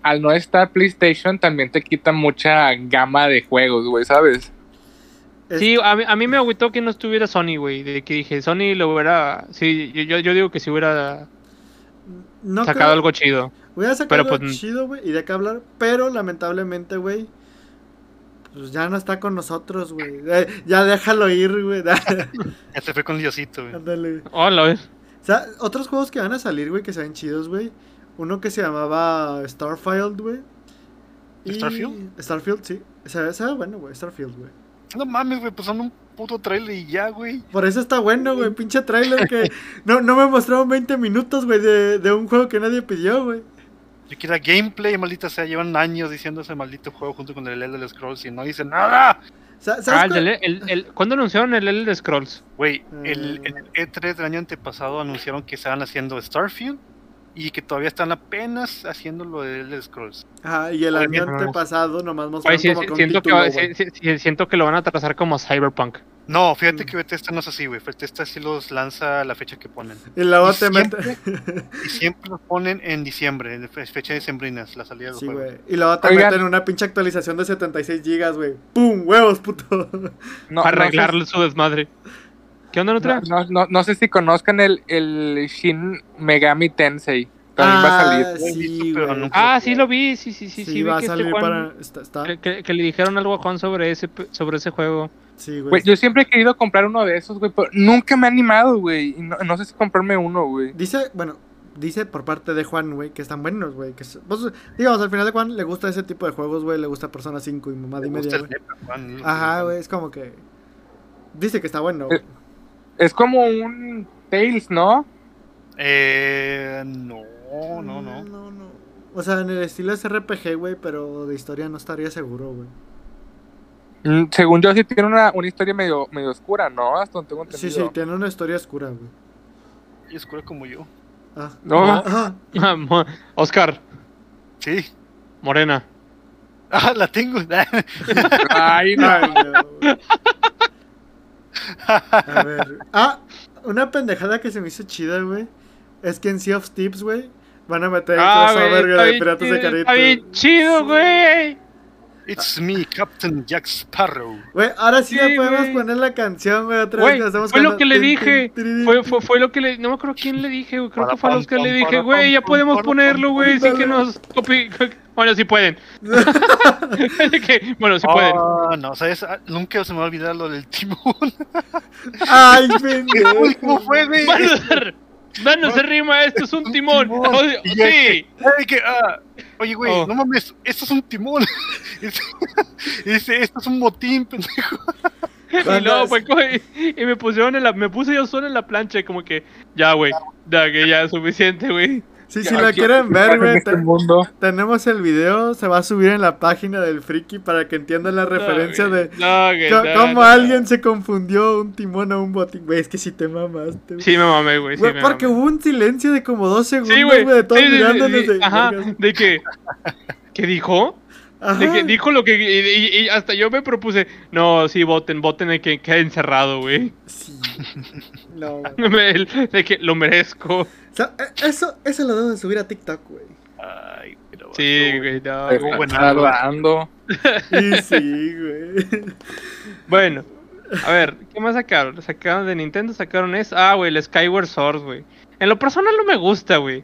[SPEAKER 1] al no estar PlayStation también te quita mucha gama de juegos, güey, ¿sabes?
[SPEAKER 3] Es-
[SPEAKER 4] Sí, a mí, a mí me agüitó que no estuviera Sony, güey. De que dije, Sony lo hubiera... Sí, yo, yo, yo digo que si hubiera
[SPEAKER 3] no
[SPEAKER 4] sacado
[SPEAKER 3] creo-
[SPEAKER 4] algo chido.
[SPEAKER 3] Voy a sacar
[SPEAKER 4] Pero,
[SPEAKER 3] algo
[SPEAKER 4] pues,
[SPEAKER 3] chido, güey, y de qué hablar, pero lamentablemente, güey, pues ya no está con nosotros, güey. Eh, ya déjalo ir, güey.
[SPEAKER 2] Ya se fue con Diosito, güey.
[SPEAKER 3] Ándale. güey.
[SPEAKER 4] Hola, güey.
[SPEAKER 3] O sea, otros juegos que van a salir, güey, que se ven chidos, güey. Uno que se llamaba Starfield, güey.
[SPEAKER 2] ¿Starfield?
[SPEAKER 3] Starfield, sí. Se ve, se ve bueno, güey, Starfield, güey.
[SPEAKER 2] No mames, güey, pues son un puto trailer y ya, güey.
[SPEAKER 3] Por eso está bueno, güey. Pinche trailer que no, no me mostraron 20 minutos, güey, de, de un juego que nadie pidió, güey.
[SPEAKER 2] Yo quiero gameplay, maldita sea. Llevan años diciendo ese maldito juego junto con el Elder Scrolls y no dicen nada.
[SPEAKER 3] Sa- ¿Sabes
[SPEAKER 4] Ah, el
[SPEAKER 3] cuál-
[SPEAKER 4] del- el- el- ¿Cuándo anunciaron el Elder Scrolls?
[SPEAKER 2] Güey,
[SPEAKER 3] Eh.
[SPEAKER 2] el, en el E3 del año antepasado anunciaron que estaban haciendo Starfield y que todavía están apenas haciendo lo de Elder Scrolls.
[SPEAKER 3] Ajá, y el
[SPEAKER 4] Ay,
[SPEAKER 3] año
[SPEAKER 4] mierda.
[SPEAKER 3] antepasado nomás mostraron
[SPEAKER 4] Güey, sí,
[SPEAKER 3] Pues como
[SPEAKER 4] sí,
[SPEAKER 3] con
[SPEAKER 4] siento, que,
[SPEAKER 3] título,
[SPEAKER 4] va-
[SPEAKER 3] güey.
[SPEAKER 4] sí, sí, sí, siento que lo van a trazar como Cyberpunk.
[SPEAKER 2] No, fíjate
[SPEAKER 3] Mm.
[SPEAKER 2] que Bethesda no es así, güey. Bethesda sí los lanza a la fecha que ponen.
[SPEAKER 3] Y luego
[SPEAKER 2] y
[SPEAKER 3] te meten...
[SPEAKER 2] Y siempre los ponen en diciembre, en fe- fecha de sembrinas, la salida del
[SPEAKER 3] Sí,
[SPEAKER 2] juego.
[SPEAKER 3] güey. Y luego te
[SPEAKER 1] Oigan.
[SPEAKER 3] meten una pinche actualización de 76 gigas, güey. ¡Pum! ¡Huevos, puto!
[SPEAKER 1] No,
[SPEAKER 4] para
[SPEAKER 1] no sé-
[SPEAKER 4] arreglar su desmadre. ¿Qué onda, Nutra?
[SPEAKER 1] No, pues, no, no- no sé si conozcan el, el Shin Megami Tensei. También va a
[SPEAKER 3] Ah,
[SPEAKER 1] salir.
[SPEAKER 3] sí,
[SPEAKER 2] Pero
[SPEAKER 3] güey.
[SPEAKER 2] nunca-
[SPEAKER 4] Ah, sí lo vi, sí, sí, sí,
[SPEAKER 3] Sí,
[SPEAKER 4] sí,
[SPEAKER 3] va
[SPEAKER 4] vi
[SPEAKER 3] a
[SPEAKER 4] que,
[SPEAKER 3] salir
[SPEAKER 4] este Juan-
[SPEAKER 3] para... Está, está-
[SPEAKER 4] que, que- que le dijeron algo a Juan sobre ese, pe- sobre ese juego.
[SPEAKER 3] Sí, güey.
[SPEAKER 1] Güey, yo siempre he querido comprar uno de esos, güey, pero nunca me he animado, güey. y No, no sé si comprarme uno, güey.
[SPEAKER 3] Dice, bueno, dice por parte de Juan, güey, que están buenos, güey. Que es- pues, digamos, al final de Juan le gusta ese tipo de juegos, güey. Le gusta Persona 5 y mamá
[SPEAKER 2] Me
[SPEAKER 3] de
[SPEAKER 2] gusta
[SPEAKER 3] media,
[SPEAKER 2] el
[SPEAKER 3] güey. Ah.
[SPEAKER 2] Leper, Juan,
[SPEAKER 3] Ajá, güey, es como que... Dice que está bueno, güey.
[SPEAKER 1] Es como un Tails, ¿no?
[SPEAKER 2] Eh, no, no, no.
[SPEAKER 3] No, no. O sea, en el estilo es RPG, güey, pero de historia no estaría seguro, güey.
[SPEAKER 1] Mm, Según yo, sí tiene una, una historia medio, medio oscura, ¿no? Hasta donde tengo
[SPEAKER 3] Sí,
[SPEAKER 1] entendido.
[SPEAKER 3] sí, tiene una historia oscura, güey.
[SPEAKER 2] Y es cura como yo.
[SPEAKER 3] Ah.
[SPEAKER 1] No.
[SPEAKER 3] Ah,
[SPEAKER 4] Mo- Oscar,
[SPEAKER 2] Sí.
[SPEAKER 4] Morena.
[SPEAKER 2] Ah, la tengo.
[SPEAKER 1] Ay, no.
[SPEAKER 3] Ay, no, güey. A ver. Ah, una pendejada que se me hizo chida, güey. Es que en Sea of Tips, güey, van a meter el crossover,
[SPEAKER 4] Ah, güey,
[SPEAKER 3] güey,
[SPEAKER 4] está
[SPEAKER 3] de
[SPEAKER 4] bien
[SPEAKER 3] Piratas de
[SPEAKER 4] chido,
[SPEAKER 3] Carito.
[SPEAKER 4] Está bien chido, güey.
[SPEAKER 2] It's me, Captain Jack Sparrow.
[SPEAKER 3] Güey, ahora sí,
[SPEAKER 4] Sí,
[SPEAKER 3] ya podemos
[SPEAKER 4] güey.
[SPEAKER 3] poner la canción, güey, otra
[SPEAKER 4] Güey,
[SPEAKER 3] vez. hacemos
[SPEAKER 4] fue
[SPEAKER 3] con
[SPEAKER 4] lo
[SPEAKER 3] la-
[SPEAKER 4] que le
[SPEAKER 3] tin,
[SPEAKER 4] dije,
[SPEAKER 3] tin, tin,
[SPEAKER 4] Fue,
[SPEAKER 3] tin.
[SPEAKER 4] fue, fue lo que le. No me acuerdo quién le dije, güey. Creo que fue a los que le dije,
[SPEAKER 2] Pam, pam,
[SPEAKER 4] güey, ya
[SPEAKER 2] pam,
[SPEAKER 4] podemos
[SPEAKER 2] pam,
[SPEAKER 4] ponerlo, güey.
[SPEAKER 3] pam,
[SPEAKER 4] Sí
[SPEAKER 3] pam.
[SPEAKER 4] que nos. copi- Bueno, sí pueden. De que, bueno, sí pueden.
[SPEAKER 2] Ah, no, ¿sabes? Ah, Nunca se me va a olvidar lo del timón.
[SPEAKER 3] Ay,
[SPEAKER 2] Uy,
[SPEAKER 3] pendejo.
[SPEAKER 2] ¿Cómo fue, güey?
[SPEAKER 4] Manos, manos se rima, esto es un timón.
[SPEAKER 2] timón.
[SPEAKER 4] Oh,
[SPEAKER 2] Y ya
[SPEAKER 4] sí.
[SPEAKER 2] Ay, que, ah, oye, güey,
[SPEAKER 4] Oh.
[SPEAKER 2] no mames, esto es un timón. Y Dice, esto es un motín, pendejo.
[SPEAKER 4] Y
[SPEAKER 3] Manos.
[SPEAKER 4] luego, güey, coge- y me pusieron en la, me puse yo solo en la plancha, y como que, ya, güey, ya, que ya es suficiente, güey.
[SPEAKER 3] Sí, si la quieren ver,
[SPEAKER 1] En
[SPEAKER 3] güey,
[SPEAKER 1] este
[SPEAKER 3] te-
[SPEAKER 1] mundo.
[SPEAKER 3] tenemos el video. Se va a subir en la página del Friki para que entiendan la referencia
[SPEAKER 4] No,
[SPEAKER 3] de,
[SPEAKER 4] Ah, güey, no, güey,
[SPEAKER 3] Co-
[SPEAKER 4] no,
[SPEAKER 3] Como
[SPEAKER 4] no,
[SPEAKER 3] alguien se confundió un timón a un botín. Güey, es que si te mamaste.
[SPEAKER 4] no.
[SPEAKER 3] güey.
[SPEAKER 4] Sí, me mamé, güey. Sí,
[SPEAKER 3] Güey,
[SPEAKER 4] me
[SPEAKER 3] porque
[SPEAKER 4] mamé.
[SPEAKER 3] hubo un silencio de como dos segundos,
[SPEAKER 4] Sí,
[SPEAKER 3] güey,
[SPEAKER 4] güey.
[SPEAKER 3] de todos
[SPEAKER 4] sí, sí, sí,
[SPEAKER 3] mirándonos.
[SPEAKER 4] sí,
[SPEAKER 3] de,
[SPEAKER 4] Ajá,
[SPEAKER 3] vergas.
[SPEAKER 4] de que, ¿qué dijo?
[SPEAKER 3] Ajá.
[SPEAKER 4] De que dijo lo que, y, y- y hasta yo me propuse, no, sí, voten, voten, de que quede encerrado, güey.
[SPEAKER 3] Sí. No, güey.
[SPEAKER 4] Me- el- De que lo merezco.
[SPEAKER 3] O sea, eh, eso, eso lo debo de subir a TikTok, güey.
[SPEAKER 2] Ay, pero.
[SPEAKER 4] Sí, güey, no,
[SPEAKER 1] Te
[SPEAKER 4] güey.
[SPEAKER 1] están
[SPEAKER 2] bueno.
[SPEAKER 1] salvando.
[SPEAKER 3] Y sí, güey.
[SPEAKER 4] Bueno, a ver, ¿qué más sacaron? Sacaron de Nintendo, sacaron es. Ah, güey, el Skyward Sword, güey. En lo personal no me gusta, güey.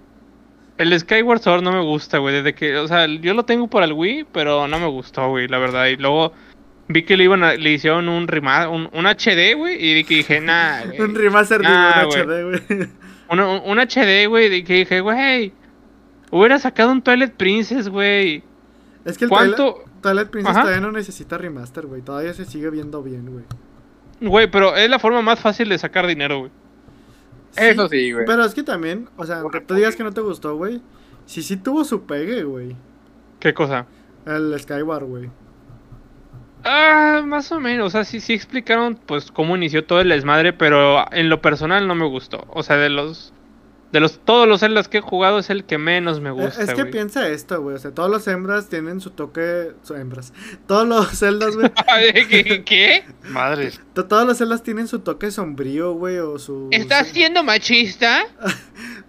[SPEAKER 4] El Skyward Sword no me gusta, güey. Desde que, o sea, yo lo tengo por el Wii, pero no me gustó, güey, la verdad. Y luego vi que le iban a- le hicieron un rima, un, un HD, güey, y de que dije, nah, güey.
[SPEAKER 3] Un remaster de
[SPEAKER 4] Ah,
[SPEAKER 3] un HD, güey.
[SPEAKER 4] Un, un- un HD, güey, de que dije, güey. Hubiera sacado un Toilet Princess, güey.
[SPEAKER 3] Es que el Toilet,
[SPEAKER 4] ¿Cuánto?
[SPEAKER 3] Toilet Princess
[SPEAKER 4] Ajá.
[SPEAKER 3] todavía no necesita remaster, güey. Todavía se sigue viendo bien, güey.
[SPEAKER 4] Güey, pero es la forma más fácil de sacar dinero, güey.
[SPEAKER 1] Eso sí, güey.
[SPEAKER 3] Pero es que también, o sea,
[SPEAKER 2] Corre,
[SPEAKER 3] te digas
[SPEAKER 2] corre.
[SPEAKER 3] que no te gustó, güey. Sí, sí tuvo su pegue, güey.
[SPEAKER 4] ¿Qué cosa?
[SPEAKER 3] El Skyward, güey.
[SPEAKER 4] Ah, más o menos. O sea, sí, sí explicaron pues cómo inició todo el desmadre, pero en lo personal no me gustó. O sea, de los de los todos los Zeldas que he jugado es el que menos me
[SPEAKER 3] Eh,
[SPEAKER 4] gusta.
[SPEAKER 3] es que
[SPEAKER 4] güey.
[SPEAKER 3] piensa esto, güey. O sea, todos los hembras tienen su toque. Su hembras. Todos los celdas, güey.
[SPEAKER 4] ¿Qué? ¿Qué?
[SPEAKER 2] Madres.
[SPEAKER 3] to- todos los celdas tienen su toque sombrío, güey. O su.
[SPEAKER 4] ¿Estás
[SPEAKER 3] su-
[SPEAKER 4] siendo machista?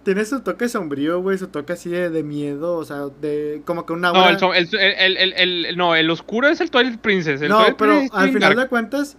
[SPEAKER 3] Tiene su toque sombrío, güey. Su toque así de, de miedo. O sea, de. Como que una.
[SPEAKER 4] No, el, som- el, el- el- el- el- no, el oscuro es el Twilight Princess. el
[SPEAKER 3] no
[SPEAKER 4] Twilight
[SPEAKER 3] pero
[SPEAKER 4] Princess
[SPEAKER 3] al
[SPEAKER 4] es
[SPEAKER 3] final
[SPEAKER 4] dark.
[SPEAKER 3] de cuentas.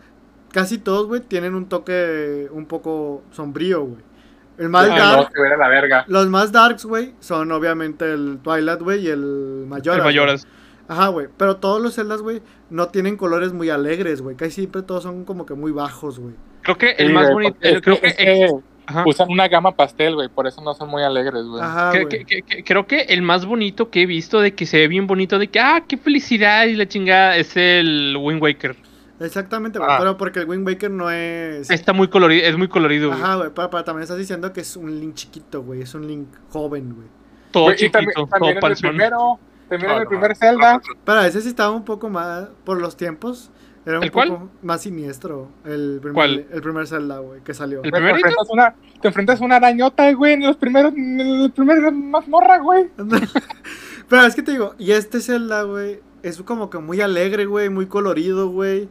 [SPEAKER 3] Casi todos, güey, tienen un toque un poco sombrío, güey. El más
[SPEAKER 1] No,
[SPEAKER 4] Ah,
[SPEAKER 3] dark.
[SPEAKER 1] se ve a la verga.
[SPEAKER 3] Los más darks, güey, son obviamente el Twilight, güey, y el Mayor.
[SPEAKER 4] El Mayoras.
[SPEAKER 3] Ajá, güey. Pero todos los celdas, güey, no tienen colores muy alegres, güey. Casi siempre todos son como que muy bajos, güey.
[SPEAKER 4] Creo que el
[SPEAKER 1] Sí,
[SPEAKER 4] más
[SPEAKER 1] güey,
[SPEAKER 4] bonito.
[SPEAKER 1] porque es
[SPEAKER 4] creo
[SPEAKER 1] que-
[SPEAKER 4] que,
[SPEAKER 1] es que pues,
[SPEAKER 4] ajá.
[SPEAKER 1] usan una gama pastel, güey. Por eso no son muy alegres, güey.
[SPEAKER 3] Ajá,
[SPEAKER 4] Que-
[SPEAKER 3] Ah, güey.
[SPEAKER 4] que- que- que- creo que el más bonito que he visto de que se ve bien bonito, de que, ah, qué felicidad y la chingada, es el Wind Waker.
[SPEAKER 3] Exactamente, güey,
[SPEAKER 2] Ah.
[SPEAKER 3] pero porque el Wind Waker no es...
[SPEAKER 4] Está muy colorido, es muy colorido, güey.
[SPEAKER 3] Ajá, güey, pero, pero también estás diciendo que es un Link chiquito, güey, es un Link joven, güey.
[SPEAKER 4] Todo
[SPEAKER 1] Güey, y
[SPEAKER 4] chiquito,
[SPEAKER 1] también, también
[SPEAKER 4] todo
[SPEAKER 1] en el
[SPEAKER 4] panzón.
[SPEAKER 1] primero, también en
[SPEAKER 2] Ah,
[SPEAKER 1] el
[SPEAKER 2] no,
[SPEAKER 1] primer
[SPEAKER 2] no,
[SPEAKER 1] Zelda.
[SPEAKER 2] no, no,
[SPEAKER 3] Pero ese sí estaba un poco más, por los tiempos, era un
[SPEAKER 4] ¿El cuál?
[SPEAKER 3] poco más siniestro el primer,
[SPEAKER 4] ¿Cuál?
[SPEAKER 3] el primer Zelda, güey, que salió.
[SPEAKER 1] Güey,
[SPEAKER 4] ¿El
[SPEAKER 1] te,
[SPEAKER 4] primerito?
[SPEAKER 1] enfrentas una, te enfrentas a una arañota, güey, en los primeros, en la primera mazmorra, güey.
[SPEAKER 3] Pero es que te digo, y este Zelda, güey, es como que muy alegre, güey, muy colorido, güey.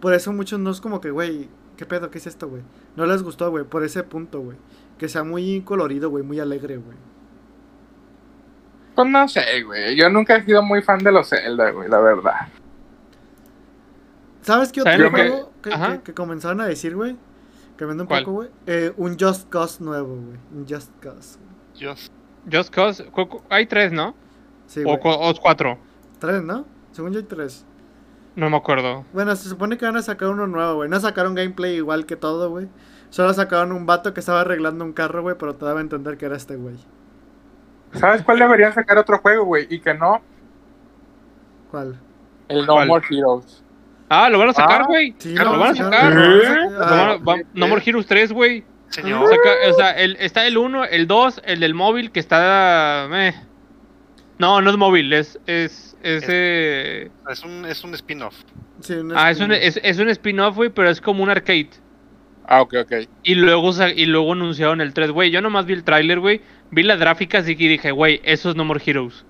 [SPEAKER 3] Por eso muchos no es como que, güey, ¿qué pedo? ¿Qué es esto, güey? No les gustó, güey, por ese punto, güey. Que sea muy colorido, güey, muy alegre, güey.
[SPEAKER 1] Pues no sé, güey. Yo nunca he sido muy fan de los Zelda, güey, la verdad.
[SPEAKER 3] ¿Sabes qué otro
[SPEAKER 4] ¿Saben
[SPEAKER 1] lo que-
[SPEAKER 3] juego que,
[SPEAKER 4] Ajá.
[SPEAKER 3] que- que comenzaron a decir, güey? Cambiando un
[SPEAKER 4] ¿Cuál?
[SPEAKER 3] poco, güey. Eh, un Just Cause nuevo, güey. Un Just Cause.
[SPEAKER 2] Just-
[SPEAKER 4] Just Cause, cu- cu- hay tres, ¿no?
[SPEAKER 3] Sí,
[SPEAKER 4] o,
[SPEAKER 3] güey.
[SPEAKER 4] cu- o cuatro,
[SPEAKER 3] Tres, ¿no? Según yo hay tres.
[SPEAKER 4] no me acuerdo.
[SPEAKER 3] Bueno, se supone que van a sacar uno nuevo, güey. No sacaron gameplay igual que todo, güey. Solo sacaron un vato que estaba arreglando un carro, güey, pero te daba a entender que era este güey.
[SPEAKER 1] ¿Sabes cuál deberían sacar otro juego, güey? Y que no,
[SPEAKER 3] ¿Cuál?
[SPEAKER 1] el No
[SPEAKER 4] ¿Cuál?
[SPEAKER 1] More Heroes.
[SPEAKER 4] Ah, lo van a sacar,
[SPEAKER 1] Ah,
[SPEAKER 4] güey.
[SPEAKER 3] Sí,
[SPEAKER 4] lo,
[SPEAKER 3] lo
[SPEAKER 4] van a
[SPEAKER 3] sacaron,
[SPEAKER 4] sacar.
[SPEAKER 3] lo
[SPEAKER 1] ¿Eh?
[SPEAKER 3] van a
[SPEAKER 4] Lo
[SPEAKER 3] sacar.
[SPEAKER 4] van a-
[SPEAKER 1] Ah,
[SPEAKER 4] va-
[SPEAKER 1] ok,
[SPEAKER 4] no More Heroes 3, güey.
[SPEAKER 2] Señor.
[SPEAKER 4] Saca- o sea, el- está el 1, el 2, el del móvil que está. meh. No, no es móvil, es. es, es,
[SPEAKER 2] Es-
[SPEAKER 4] eh,
[SPEAKER 2] Es un, es un spin-off.
[SPEAKER 3] Sí, un
[SPEAKER 4] ah, es un,
[SPEAKER 3] spin-off.
[SPEAKER 4] es, es un spin-off, güey, pero es como un arcade.
[SPEAKER 1] Ah, ok, ok.
[SPEAKER 4] Y luego, sa- y luego anunciaron el 3, güey. Yo nomás vi el tráiler, güey. Vi las gráficas y dije, güey, eso es No More Heroes.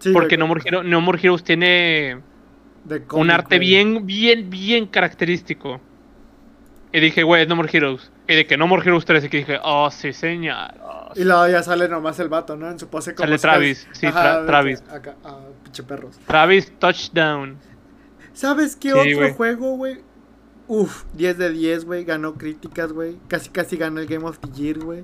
[SPEAKER 3] Sí,
[SPEAKER 4] porque
[SPEAKER 3] güey,
[SPEAKER 4] no More, Hero- no More Heroes tiene
[SPEAKER 3] de
[SPEAKER 4] un
[SPEAKER 3] cómic,
[SPEAKER 4] arte
[SPEAKER 3] güey.
[SPEAKER 4] bien, bien, bien característico. Y dije, güey, es No More Heroes. Y de que No More Heroes 3. Y que dije, oh, sí, señor. oh,
[SPEAKER 3] Y luego ya sale nomás el vato, ¿no? En su pose como...
[SPEAKER 4] Sale
[SPEAKER 3] Scar-
[SPEAKER 4] Travis, sí,
[SPEAKER 3] Ajá,
[SPEAKER 4] Tra-
[SPEAKER 3] de que
[SPEAKER 4] Travis.
[SPEAKER 3] Acá, ah, pinche perros.
[SPEAKER 4] Travis Touchdown.
[SPEAKER 3] ¿Sabes qué
[SPEAKER 4] Sí,
[SPEAKER 3] otro
[SPEAKER 4] güey.
[SPEAKER 3] juego, güey? Uf, 10 de 10, güey. Ganó críticas, güey. Casi, casi ganó el Game of the Year, güey.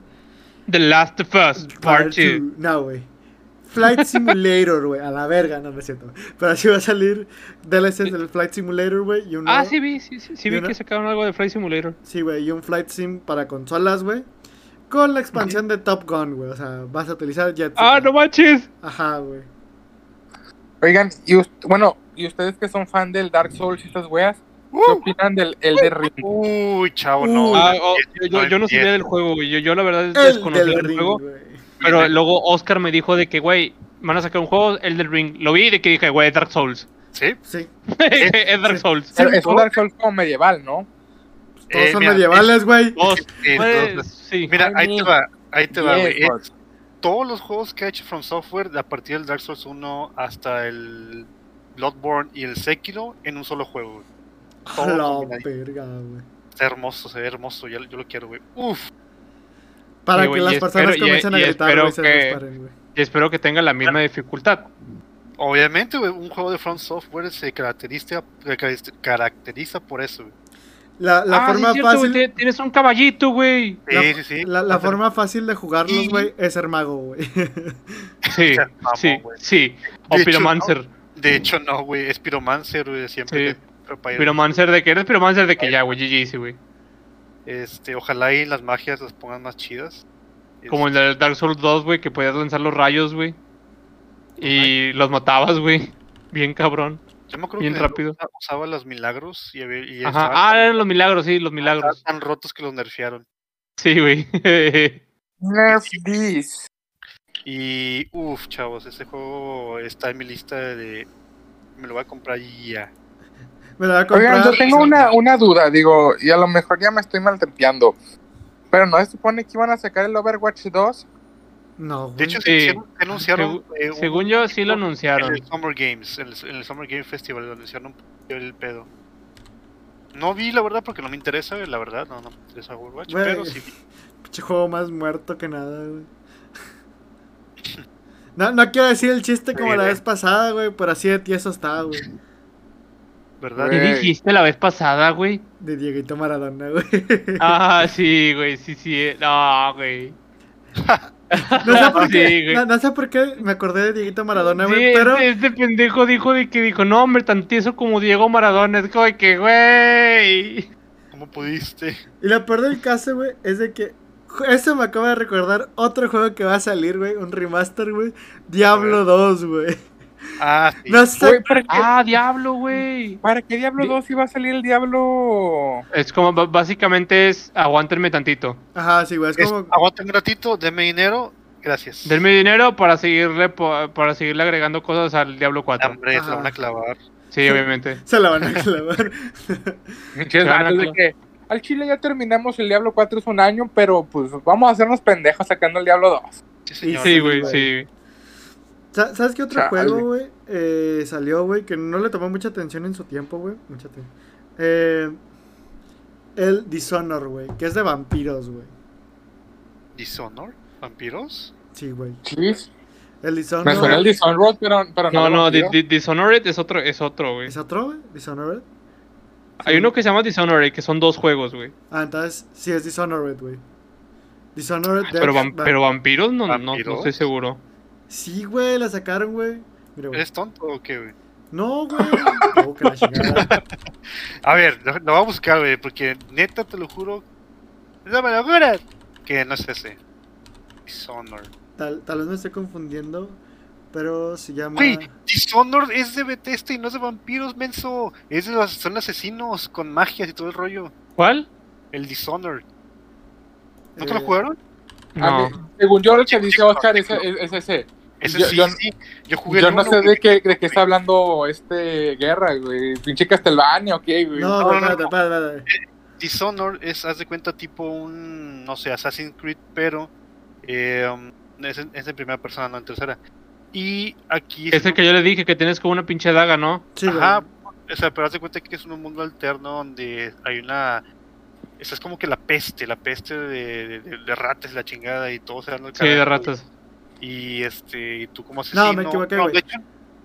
[SPEAKER 4] The Last of Us Part 2.
[SPEAKER 3] two. No, güey. Flight Simulator, güey. A la verga, no, no es cierto. Pero así va a salir DLCs del Flight Simulator, güey. Y uno,
[SPEAKER 4] Ah, sí vi, sí, sí, sí
[SPEAKER 3] ¿Y
[SPEAKER 4] vi
[SPEAKER 3] una?
[SPEAKER 4] que sacaron algo de Flight Simulator.
[SPEAKER 3] Sí, güey. Y un Flight Sim para consolas, güey. Con la expansión de Top Gun, güey. O sea, vas a utilizar Jet.
[SPEAKER 4] Ah,
[SPEAKER 3] Set,
[SPEAKER 4] no manches.
[SPEAKER 3] Ajá, güey.
[SPEAKER 1] Oigan, y us- bueno, y ustedes que son fan del Dark Souls y esas weas, ¿qué opinan del el de Ring?
[SPEAKER 2] Uy, chavo, no. Este
[SPEAKER 3] Uy.
[SPEAKER 2] no
[SPEAKER 4] Ah, oh,
[SPEAKER 2] empieces,
[SPEAKER 4] yo, yo no sabía
[SPEAKER 2] empieces.
[SPEAKER 4] del juego, güey. Yo, yo la verdad
[SPEAKER 3] El
[SPEAKER 4] desconocía
[SPEAKER 3] del
[SPEAKER 4] del
[SPEAKER 3] ring,
[SPEAKER 4] juego.
[SPEAKER 3] güey.
[SPEAKER 4] Pero luego Oscar me dijo de que, güey, van a sacar un juego, el del Ring. Lo vi y de que dije, güey, es Dark Souls.
[SPEAKER 2] Sí,
[SPEAKER 4] Eh,
[SPEAKER 3] Sí.
[SPEAKER 4] es Dark Souls.
[SPEAKER 1] Es es
[SPEAKER 3] ¿no?
[SPEAKER 1] un Dark Souls como medieval, ¿no?
[SPEAKER 3] Todos
[SPEAKER 2] Eh,
[SPEAKER 3] son
[SPEAKER 2] mira,
[SPEAKER 3] medievales, güey.
[SPEAKER 4] Dos.
[SPEAKER 2] sí,
[SPEAKER 4] Pues,
[SPEAKER 2] entonces-
[SPEAKER 4] sí.
[SPEAKER 2] Mira, ahí te va, ahí
[SPEAKER 1] Este
[SPEAKER 2] te va, güey.
[SPEAKER 1] Viejos.
[SPEAKER 2] Es- Todos los juegos que ha hecho From Software, a partir del Dark Souls 1 hasta el Bloodborne y el Sekiro, en un solo juego. güey.
[SPEAKER 3] A
[SPEAKER 2] todos son
[SPEAKER 3] la
[SPEAKER 2] medievales.
[SPEAKER 3] verga, güey.
[SPEAKER 2] Está hermoso, se ve hermoso, yo, yo lo quiero, güey. Uf,
[SPEAKER 3] Para que
[SPEAKER 4] Sí, güey,
[SPEAKER 3] las
[SPEAKER 4] y
[SPEAKER 3] personas
[SPEAKER 4] espero- y-
[SPEAKER 3] comiencen a
[SPEAKER 4] y
[SPEAKER 3] gritar,
[SPEAKER 4] espero
[SPEAKER 3] güey. Se
[SPEAKER 4] que-
[SPEAKER 3] disparen, güey.
[SPEAKER 4] Y espero que tenga la misma dificultad.
[SPEAKER 2] obviamente, güey, un juego de From Software se caracteriza, se caracteriza- caracteriza por eso, güey.
[SPEAKER 3] La, la
[SPEAKER 4] Ah, sí,
[SPEAKER 3] forma
[SPEAKER 4] cierto, güey, Ah,
[SPEAKER 3] fácil.
[SPEAKER 4] te- Tienes un caballito, güey.
[SPEAKER 3] La-
[SPEAKER 2] Sí, sí, sí.
[SPEAKER 3] La, la forma fácil de jugarlos,
[SPEAKER 2] Y-
[SPEAKER 3] güey, es ser mago, güey.
[SPEAKER 4] Sí,
[SPEAKER 2] Se mamó,
[SPEAKER 4] sí,
[SPEAKER 2] güey.
[SPEAKER 4] sí. O
[SPEAKER 2] De hecho,
[SPEAKER 4] Pyromancer.
[SPEAKER 2] De hecho, no, güey, es Pyromancer, güey, siempre.
[SPEAKER 4] Sí.
[SPEAKER 2] te- para ir-
[SPEAKER 4] Pyromancer de que eres Pyromancer de que ya, güey, GG, sí, güey.
[SPEAKER 2] Este, ojalá y las magias las pongan más chidas. Este,
[SPEAKER 4] Como en el Dark Souls 2, güey, que podías lanzar los rayos, güey. Y los matabas, güey. Bien cabrón.
[SPEAKER 2] Yo me acuerdo
[SPEAKER 4] Bien
[SPEAKER 2] que en el
[SPEAKER 4] rápido.
[SPEAKER 2] usa- usaba los milagros y, había- y
[SPEAKER 4] Ajá.
[SPEAKER 2] estaban-
[SPEAKER 4] Ah, eran los milagros, sí, los milagros.
[SPEAKER 2] estaban tan rotos que los nerfearon.
[SPEAKER 4] Sí, güey.
[SPEAKER 1] Nerf this.
[SPEAKER 2] Y uff, chavos, ese juego está en mi lista de. Me lo voy a comprar y ya.
[SPEAKER 3] Me la voy a comprar.
[SPEAKER 1] Oigan, yo tengo una, una duda, digo, y a lo mejor ya me estoy maltempeando. Pero no se supone que iban a sacar el Overwatch 2.
[SPEAKER 3] No, güey.
[SPEAKER 2] De hecho,
[SPEAKER 4] Sí.
[SPEAKER 2] sí, sí anunciaron. eh, un-
[SPEAKER 4] Según yo, sí lo
[SPEAKER 2] en
[SPEAKER 4] anunciaron.
[SPEAKER 2] el Summer Games, en el, en el Summer Game Festival, lo anunciaron un poquito el pedo. No vi, la verdad, porque no me interesa, la verdad, no, no me interesa Overwatch,
[SPEAKER 3] Güey.
[SPEAKER 2] pero sí vi.
[SPEAKER 3] Pinche juego más muerto que nada, güey. No, no quiero decir el chiste como
[SPEAKER 2] Sí,
[SPEAKER 3] la
[SPEAKER 2] güey.
[SPEAKER 3] vez pasada, güey, pero así de tieso estaba, güey.
[SPEAKER 2] ¿verdad?
[SPEAKER 4] ¿Qué
[SPEAKER 1] Güey.
[SPEAKER 4] dijiste la vez pasada, güey?
[SPEAKER 3] De Dieguito Maradona, güey.
[SPEAKER 4] Ah, sí, güey, sí, sí. eh, No, güey.
[SPEAKER 3] No sé por
[SPEAKER 4] Sí,
[SPEAKER 3] qué,
[SPEAKER 4] güey.
[SPEAKER 3] no, no sé por qué me acordé de Dieguito Maradona,
[SPEAKER 4] Sí,
[SPEAKER 3] güey,
[SPEAKER 4] este-
[SPEAKER 3] pero...
[SPEAKER 4] este, pendejo dijo de que dijo, no, hombre, tan tieso como Diego Maradona. Es como de que, güey.
[SPEAKER 2] ¿Cómo pudiste?
[SPEAKER 3] Y lo peor del caso, güey, es de que... Eso me acaba de recordar otro juego que va a salir, güey, un remaster, güey. Diablo 2, güey.
[SPEAKER 2] Ah, sí.
[SPEAKER 3] No sé.
[SPEAKER 1] Güey, ¿para, qué,
[SPEAKER 4] ¡Ah, diablo, güey!
[SPEAKER 1] para qué Diablo 2 iba a salir el Diablo?
[SPEAKER 4] Es como, b- básicamente es, aguántenme tantito.
[SPEAKER 3] Ajá, sí, güey. Es
[SPEAKER 2] Es-
[SPEAKER 3] como.
[SPEAKER 2] aguanta un ratito, deme dinero, gracias.
[SPEAKER 4] Denme dinero para seguirle, po- para seguirle agregando cosas al Diablo 4.
[SPEAKER 2] Hombre, se
[SPEAKER 3] Ajá.
[SPEAKER 2] la van a clavar.
[SPEAKER 4] Sí, obviamente.
[SPEAKER 3] Se la van a clavar.
[SPEAKER 1] Pinches
[SPEAKER 4] Claro,
[SPEAKER 1] vatos de
[SPEAKER 4] claro.
[SPEAKER 1] que, al Chile ya terminamos el Diablo 4 es un año, pero pues vamos a hacernos pendejos sacando el Diablo 2.
[SPEAKER 2] Sí, señor.
[SPEAKER 4] Sí, güey, sí.
[SPEAKER 3] Sa- ¿Sabes qué otro
[SPEAKER 1] Chale.
[SPEAKER 3] juego, güey? eh, salió, güey, que no le tomó mucha atención en su tiempo, güey. Mucha atención. Eh, el Dishonor, güey, que es de vampiros, güey.
[SPEAKER 2] Dishonor, vampiros.
[SPEAKER 3] Sí, güey.
[SPEAKER 1] Chis.
[SPEAKER 3] El Dishonor.
[SPEAKER 1] Me suena el Dishonored, pero, pero
[SPEAKER 4] No,
[SPEAKER 1] lo
[SPEAKER 4] no, Di-
[SPEAKER 1] pido.
[SPEAKER 4] Di- Dishonored es otro, es otro, güey.
[SPEAKER 3] ¿Es otro, güey? ¿Dishonored?
[SPEAKER 4] Hay uno que se llama Dishonored, que son dos juegos, güey.
[SPEAKER 3] Ah, entonces sí es Dishonored, güey. Dishonored.
[SPEAKER 4] Pero,
[SPEAKER 3] Death-
[SPEAKER 4] vam- pero vampiros no, no- No,
[SPEAKER 2] ¿Vampiros?
[SPEAKER 4] estoy seguro.
[SPEAKER 3] Sí, güey, la sacaron, güey. Mira, güey.
[SPEAKER 2] ¿Eres tonto o qué, güey?
[SPEAKER 3] No, güey. Oh, que la chingada.
[SPEAKER 2] A ver, lo, lo voy a buscar, güey, porque neta te lo juro. ¡No me lo juras! Que no es ese. Dishonor.
[SPEAKER 3] Tal, tal vez me estoy confundiendo, pero se llama.
[SPEAKER 2] Güey, Dishonored es de Bethesda y no es de vampiros, menso. Es de los, son asesinos con magias y todo el rollo.
[SPEAKER 4] ¿Cuál?
[SPEAKER 2] El Dishonored. ¿No te
[SPEAKER 3] eh,
[SPEAKER 2] lo jugaron?
[SPEAKER 1] A
[SPEAKER 4] No.
[SPEAKER 1] mí- Ah, según yo, lo que dice
[SPEAKER 2] Chico,
[SPEAKER 1] Oscar es,
[SPEAKER 2] chico.
[SPEAKER 1] es- es ese.
[SPEAKER 2] Ese
[SPEAKER 1] Yo-
[SPEAKER 2] sí,
[SPEAKER 1] yo-
[SPEAKER 2] sí. Yo jugué
[SPEAKER 1] Yo
[SPEAKER 2] el
[SPEAKER 1] no
[SPEAKER 2] uno,
[SPEAKER 1] sé
[SPEAKER 2] güey.
[SPEAKER 1] de qué, de qué está hablando este Guerra, güey. Pinche Castelvania o qué, güey.
[SPEAKER 3] No,
[SPEAKER 2] No,
[SPEAKER 3] güey,
[SPEAKER 2] no, no,
[SPEAKER 3] espérate,
[SPEAKER 2] no.
[SPEAKER 3] espérate, espérate.
[SPEAKER 2] Dishonored es, haz de cuenta, tipo un, no sé, Assassin's Creed, pero eh, um, es, en, es en primera persona, no en tercera. Y aquí...
[SPEAKER 4] Es el que yo le dije que tienes como una pinche daga, ¿no?
[SPEAKER 3] Sí, güey.
[SPEAKER 2] Ajá, o sea, pero haz de cuenta que es un mundo alterno donde hay una... Esa es como que la peste, la peste de, de, de- de ratas, la chingada, y todo se dan al
[SPEAKER 4] Sí, de
[SPEAKER 2] carajo,
[SPEAKER 4] ratas.
[SPEAKER 2] Y este, y tú como asesino...
[SPEAKER 3] No, me equivoqué,
[SPEAKER 2] no,
[SPEAKER 3] güey.
[SPEAKER 2] de hecho,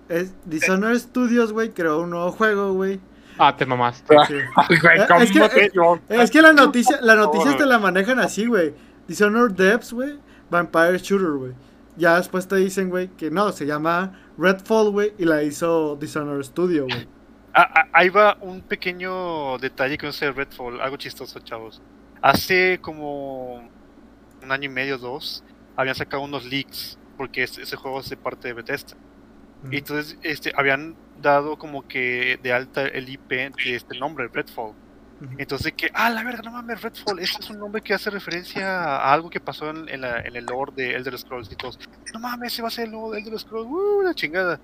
[SPEAKER 3] Es Dishonored Studios, güey, creó un nuevo juego, güey.
[SPEAKER 4] Ah, te mamaste.
[SPEAKER 1] Ah.
[SPEAKER 3] Sí.
[SPEAKER 1] Ay, güey,
[SPEAKER 3] Eh,
[SPEAKER 1] ¿cómo
[SPEAKER 3] es que-
[SPEAKER 1] te-
[SPEAKER 3] eh,
[SPEAKER 1] yo-
[SPEAKER 3] Es que la noticia, la noticia
[SPEAKER 2] favor,
[SPEAKER 3] te la manejan así, güey. Dishonored Depths, güey. Vampire Shooter, güey. Ya después te dicen, güey, que no, se llama Redfall, güey, y la hizo Dishonored Studio, güey.
[SPEAKER 2] Ah, ah, ahí va un pequeño detalle que no sé de Redfall, algo chistoso, chavos. Hace como un año y medio, dos, habían sacado unos leaks, porque es- ese juego es de parte de Bethesda. Y entonces este, habían dado como que de alta el IP de este nombre, Redfall.
[SPEAKER 3] Ujú.
[SPEAKER 2] Entonces que, ah, la verga, no mames, Redfall, ese es un nombre que hace referencia a algo que pasó en, en la- en el lore de Elder Scrolls y todos, no mames, ese va a ser el nuevo Elder Scrolls, uh, la chingada.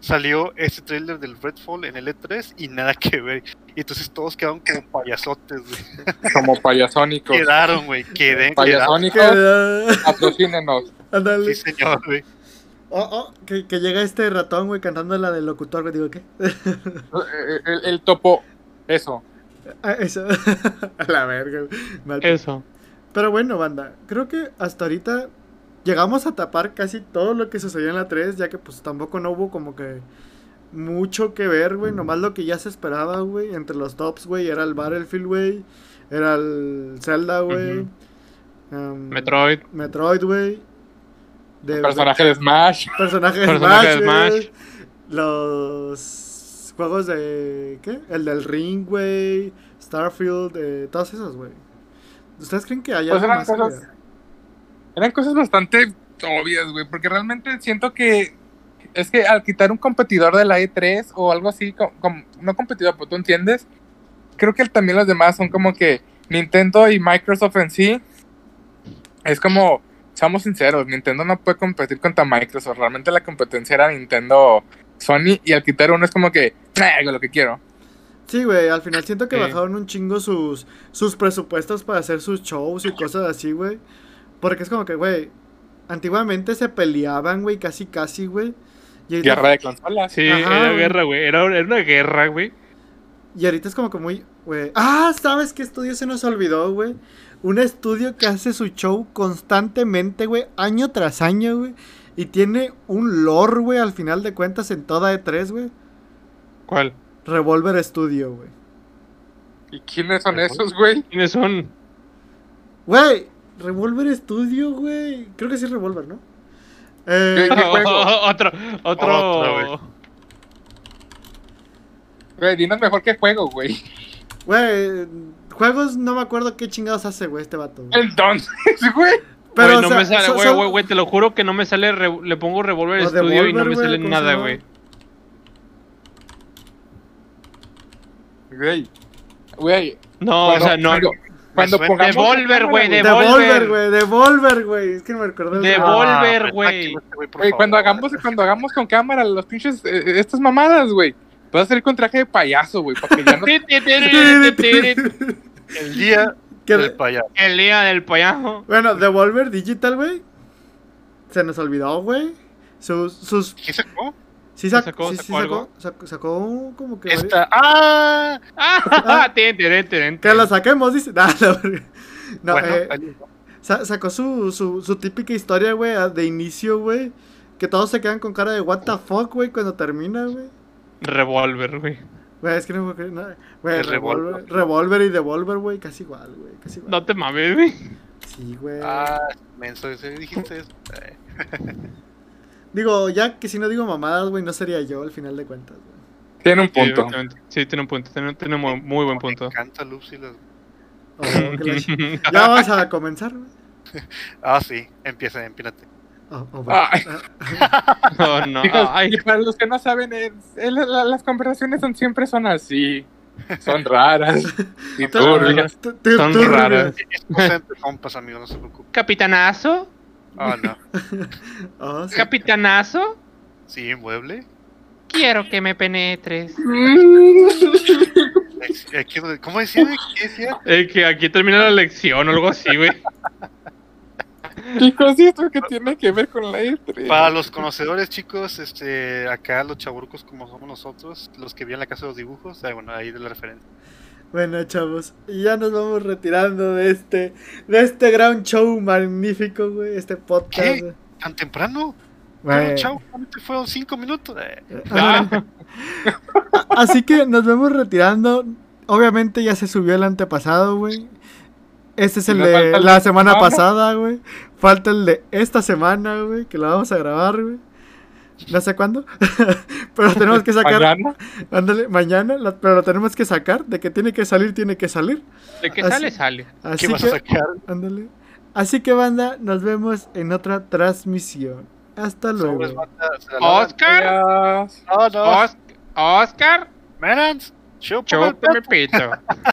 [SPEAKER 2] Salió ese trailer del Redfall en el E3 y nada que ver. Y entonces todos quedaron como payasotes, güey.
[SPEAKER 1] Como payasónicos.
[SPEAKER 2] Quedaron, güey, queden, quedaron.
[SPEAKER 1] Payasónicos,
[SPEAKER 3] Que-
[SPEAKER 1] patrocínenos.
[SPEAKER 3] Ándale.
[SPEAKER 2] Sí, señor, güey.
[SPEAKER 3] Oh, oh, que, que llega este ratón, güey, cantando la del locutor, güey. Digo, ¿qué?
[SPEAKER 1] El, Eh, el- el topo. Eso.
[SPEAKER 3] Ah, Eso. A la verga, güey. Mal pe-
[SPEAKER 4] Eso.
[SPEAKER 3] Pero bueno, banda, creo que hasta ahorita llegamos a tapar casi todo lo que sucedió en la 3, ya que pues tampoco no hubo como que mucho que ver, güey, nomás lo que ya se esperaba, güey, entre los tops, güey, era el Battlefield, güey, era el Zelda, güey,
[SPEAKER 4] Ujú.
[SPEAKER 3] em,
[SPEAKER 4] Metroid.
[SPEAKER 3] Metroid, güey, de
[SPEAKER 1] Personaje de Smash.
[SPEAKER 3] personaje de Smash,
[SPEAKER 4] personaje de
[SPEAKER 3] güey,
[SPEAKER 4] Smash.
[SPEAKER 3] los juegos de, ¿qué? El del Ring, güey, Starfield, eh, todos esos, güey. ¿Ustedes creen que haya
[SPEAKER 1] Pues
[SPEAKER 3] algo
[SPEAKER 1] eran
[SPEAKER 3] más que
[SPEAKER 1] cosas-
[SPEAKER 3] agregar?
[SPEAKER 1] Eran cosas bastante obvias, güey, porque realmente siento que es que al quitar un competidor de la E3 o algo así, com- com- no competidor, pero tú entiendes, creo que también los demás son como que Nintendo y Microsoft en sí, es como, seamos sinceros, Nintendo no puede competir contra Microsoft, realmente la competencia era Nintendo, Sony, y al quitar uno es como que, "Ah, hago lo que quiero.
[SPEAKER 3] Sí, güey, al final siento que
[SPEAKER 4] Sí.
[SPEAKER 3] bajaron un chingo sus, sus presupuestos para hacer sus shows y cosas así, güey. Porque es como que, güey, antiguamente se peleaban, güey, casi, casi, güey. Y, ahorita-
[SPEAKER 1] Guerra de consolas.
[SPEAKER 4] Sí,
[SPEAKER 3] Ajá,
[SPEAKER 4] era
[SPEAKER 3] güey.
[SPEAKER 4] guerra, güey. Era, era una guerra, güey.
[SPEAKER 3] y ahorita es como que muy, güey. Ah, ¿sabes qué estudio se nos olvidó, güey? Un estudio que hace su show constantemente, güey, año tras año, güey. Y tiene un lore, güey, al final de cuentas en toda E3, güey.
[SPEAKER 4] ¿Cuál?
[SPEAKER 3] Revolver Studio, güey.
[SPEAKER 1] ¿Y quiénes son esos, güey?
[SPEAKER 4] ¿Quiénes son?
[SPEAKER 3] Güey, Revolver Studio, güey. Creo que sí es Revolver, ¿no? Eh,
[SPEAKER 1] ¿Qué juego?
[SPEAKER 4] otro,
[SPEAKER 2] Otro,
[SPEAKER 4] otro.
[SPEAKER 1] Güey, dinos mejor qué juego, güey.
[SPEAKER 3] Güey, juegos no me acuerdo qué chingados hace, güey, este vato. güey.
[SPEAKER 1] Entonces, güey.
[SPEAKER 4] Güey,
[SPEAKER 3] o
[SPEAKER 4] no
[SPEAKER 3] sea,
[SPEAKER 4] me sale,
[SPEAKER 3] so-
[SPEAKER 4] güey,
[SPEAKER 3] so-
[SPEAKER 4] güey, güey, te lo juro que no me sale, re- le pongo Revolver
[SPEAKER 3] o
[SPEAKER 4] Studio y no
[SPEAKER 3] Devolver,
[SPEAKER 4] me
[SPEAKER 3] güey,
[SPEAKER 4] sale
[SPEAKER 3] ¿cómo se
[SPEAKER 4] nada,
[SPEAKER 3] llama?
[SPEAKER 4] güey.
[SPEAKER 1] Güey. Güey.
[SPEAKER 4] No,
[SPEAKER 1] cuando-
[SPEAKER 4] o sea, no.
[SPEAKER 1] Cuando, cuando
[SPEAKER 2] suena-
[SPEAKER 1] pongamos. la
[SPEAKER 4] Devolver,
[SPEAKER 1] cámara,
[SPEAKER 4] güey, de-
[SPEAKER 3] Devolver,
[SPEAKER 4] Devolver.
[SPEAKER 3] güey, Devolver, güey. Es que no me acordé de
[SPEAKER 4] Devolver. Volver,
[SPEAKER 2] Ah,
[SPEAKER 4] güey.
[SPEAKER 2] tranquilo, güey, por
[SPEAKER 1] Güey,
[SPEAKER 2] favor.
[SPEAKER 1] cuando hagamos, cuando hagamos con cámara los pinches. eh, estas mamadas, güey. Vas a salir con traje de payaso, güey. Para que ya no.
[SPEAKER 2] El día
[SPEAKER 3] Que-
[SPEAKER 2] del payaso.
[SPEAKER 4] El día del payajo.
[SPEAKER 3] Bueno, Devolver Digital, güey. Se nos olvidó, güey. Sus, sus,
[SPEAKER 2] ¿Qué sacó?
[SPEAKER 3] sí sac-
[SPEAKER 4] ¿Sacó-
[SPEAKER 3] sí- sí
[SPEAKER 4] sacó algo?
[SPEAKER 3] sacó, sacó un- como que... varios-
[SPEAKER 2] Esta. ¡Ah!
[SPEAKER 4] Ah, tin, tin, tin, tin.
[SPEAKER 3] Que lo saquemos, dice. Nah, la verga. No,
[SPEAKER 2] bueno,
[SPEAKER 3] eh,
[SPEAKER 2] ahí-
[SPEAKER 3] sa- sacó su, su, su típica historia, güey, a- de inicio, güey. Que todos se quedan con cara de what the fuck, güey, cuando termina, güey.
[SPEAKER 4] Revolver, güey.
[SPEAKER 3] Güey, es que no me acuerdo nada. Güey,
[SPEAKER 2] El Revolver.
[SPEAKER 3] Revolver, Revolver y Devolver, güey, casi igual, güey, casi igual.
[SPEAKER 4] No te mames, güey.
[SPEAKER 3] Sí, güey.
[SPEAKER 2] Ah, menso, ese, dijiste eso. Eh,
[SPEAKER 3] Digo, ya que si no digo mamadas, güey, no sería yo al final de cuentas, güey.
[SPEAKER 1] Tiene un punto.
[SPEAKER 4] Evidentemente. Sí, tiene un punto. Tiene, tiene muy, muy buen punto.
[SPEAKER 2] Me encanta Loops y las-
[SPEAKER 3] Oh, que la ch- ya vamos a comenzar, güey.
[SPEAKER 2] Ah, sí, empieza, empínate.
[SPEAKER 3] Oh, oh, bueno.
[SPEAKER 1] Ay,
[SPEAKER 4] No, no.
[SPEAKER 1] chicos,
[SPEAKER 4] Ay,
[SPEAKER 1] y para los que no saben, es- es la- la- las conversaciones son, siempre son así. Son raras. Y
[SPEAKER 3] Tú-
[SPEAKER 1] turbias.
[SPEAKER 3] tú- tú-
[SPEAKER 4] Son
[SPEAKER 3] tú-
[SPEAKER 4] raras.
[SPEAKER 2] Es cosa entre compas, amigo, no se preocupe.
[SPEAKER 4] capitanazo.
[SPEAKER 2] Ah, no.
[SPEAKER 3] Oh, sí.
[SPEAKER 4] Capitanazo.
[SPEAKER 2] Sí, inmueble.
[SPEAKER 4] Quiero que me penetres.
[SPEAKER 1] Mm.
[SPEAKER 2] Ex- eh, ¿qué- ¿Cómo decía? ¿Qué decía?
[SPEAKER 4] El que aquí termina la lección o algo así, güey.
[SPEAKER 1] Chicos, ¿y esto que tiene que ver con la E E3?
[SPEAKER 2] Para los conocedores, chicos, este, acá los chaburcos como somos nosotros, los que vivían en la casa de los dibujos, eh, bueno, ahí de la referencia.
[SPEAKER 3] Bueno, chavos, ya nos vamos retirando de este, de este gran show magnífico, güey, este podcast.
[SPEAKER 2] ¿Qué?
[SPEAKER 3] güey.
[SPEAKER 2] ¿Tan temprano?
[SPEAKER 3] Güey.
[SPEAKER 2] Pero, chavo, solamente fueron cinco minutos. eh.
[SPEAKER 3] Ah. Así que nos vemos retirando. Obviamente ya se subió el antepasado, güey. Este es
[SPEAKER 1] Y
[SPEAKER 3] el
[SPEAKER 1] nos falta
[SPEAKER 3] de
[SPEAKER 1] el
[SPEAKER 3] la
[SPEAKER 1] de
[SPEAKER 3] semana
[SPEAKER 1] semana.
[SPEAKER 3] pasada, güey. Falta el de esta semana, güey, que lo vamos a grabar, güey. No sé cuándo, pero tenemos que sacar.
[SPEAKER 1] Mañana,
[SPEAKER 3] Ándale, mañana, la- pero lo tenemos que sacar. De que tiene que salir, tiene que salir.
[SPEAKER 4] De que
[SPEAKER 3] Así-
[SPEAKER 4] sale, sale.
[SPEAKER 3] Así
[SPEAKER 2] ¿Qué vas
[SPEAKER 3] que,
[SPEAKER 2] a sacar?
[SPEAKER 3] ándale. Así que, banda, nos vemos en otra transmisión. Hasta luego.
[SPEAKER 2] Sobres, banda, se la lavan.
[SPEAKER 4] Oscar.
[SPEAKER 1] ya.
[SPEAKER 2] No, no.
[SPEAKER 4] Os- Oscar.
[SPEAKER 2] Merans, chupa el
[SPEAKER 4] Chúpame pito.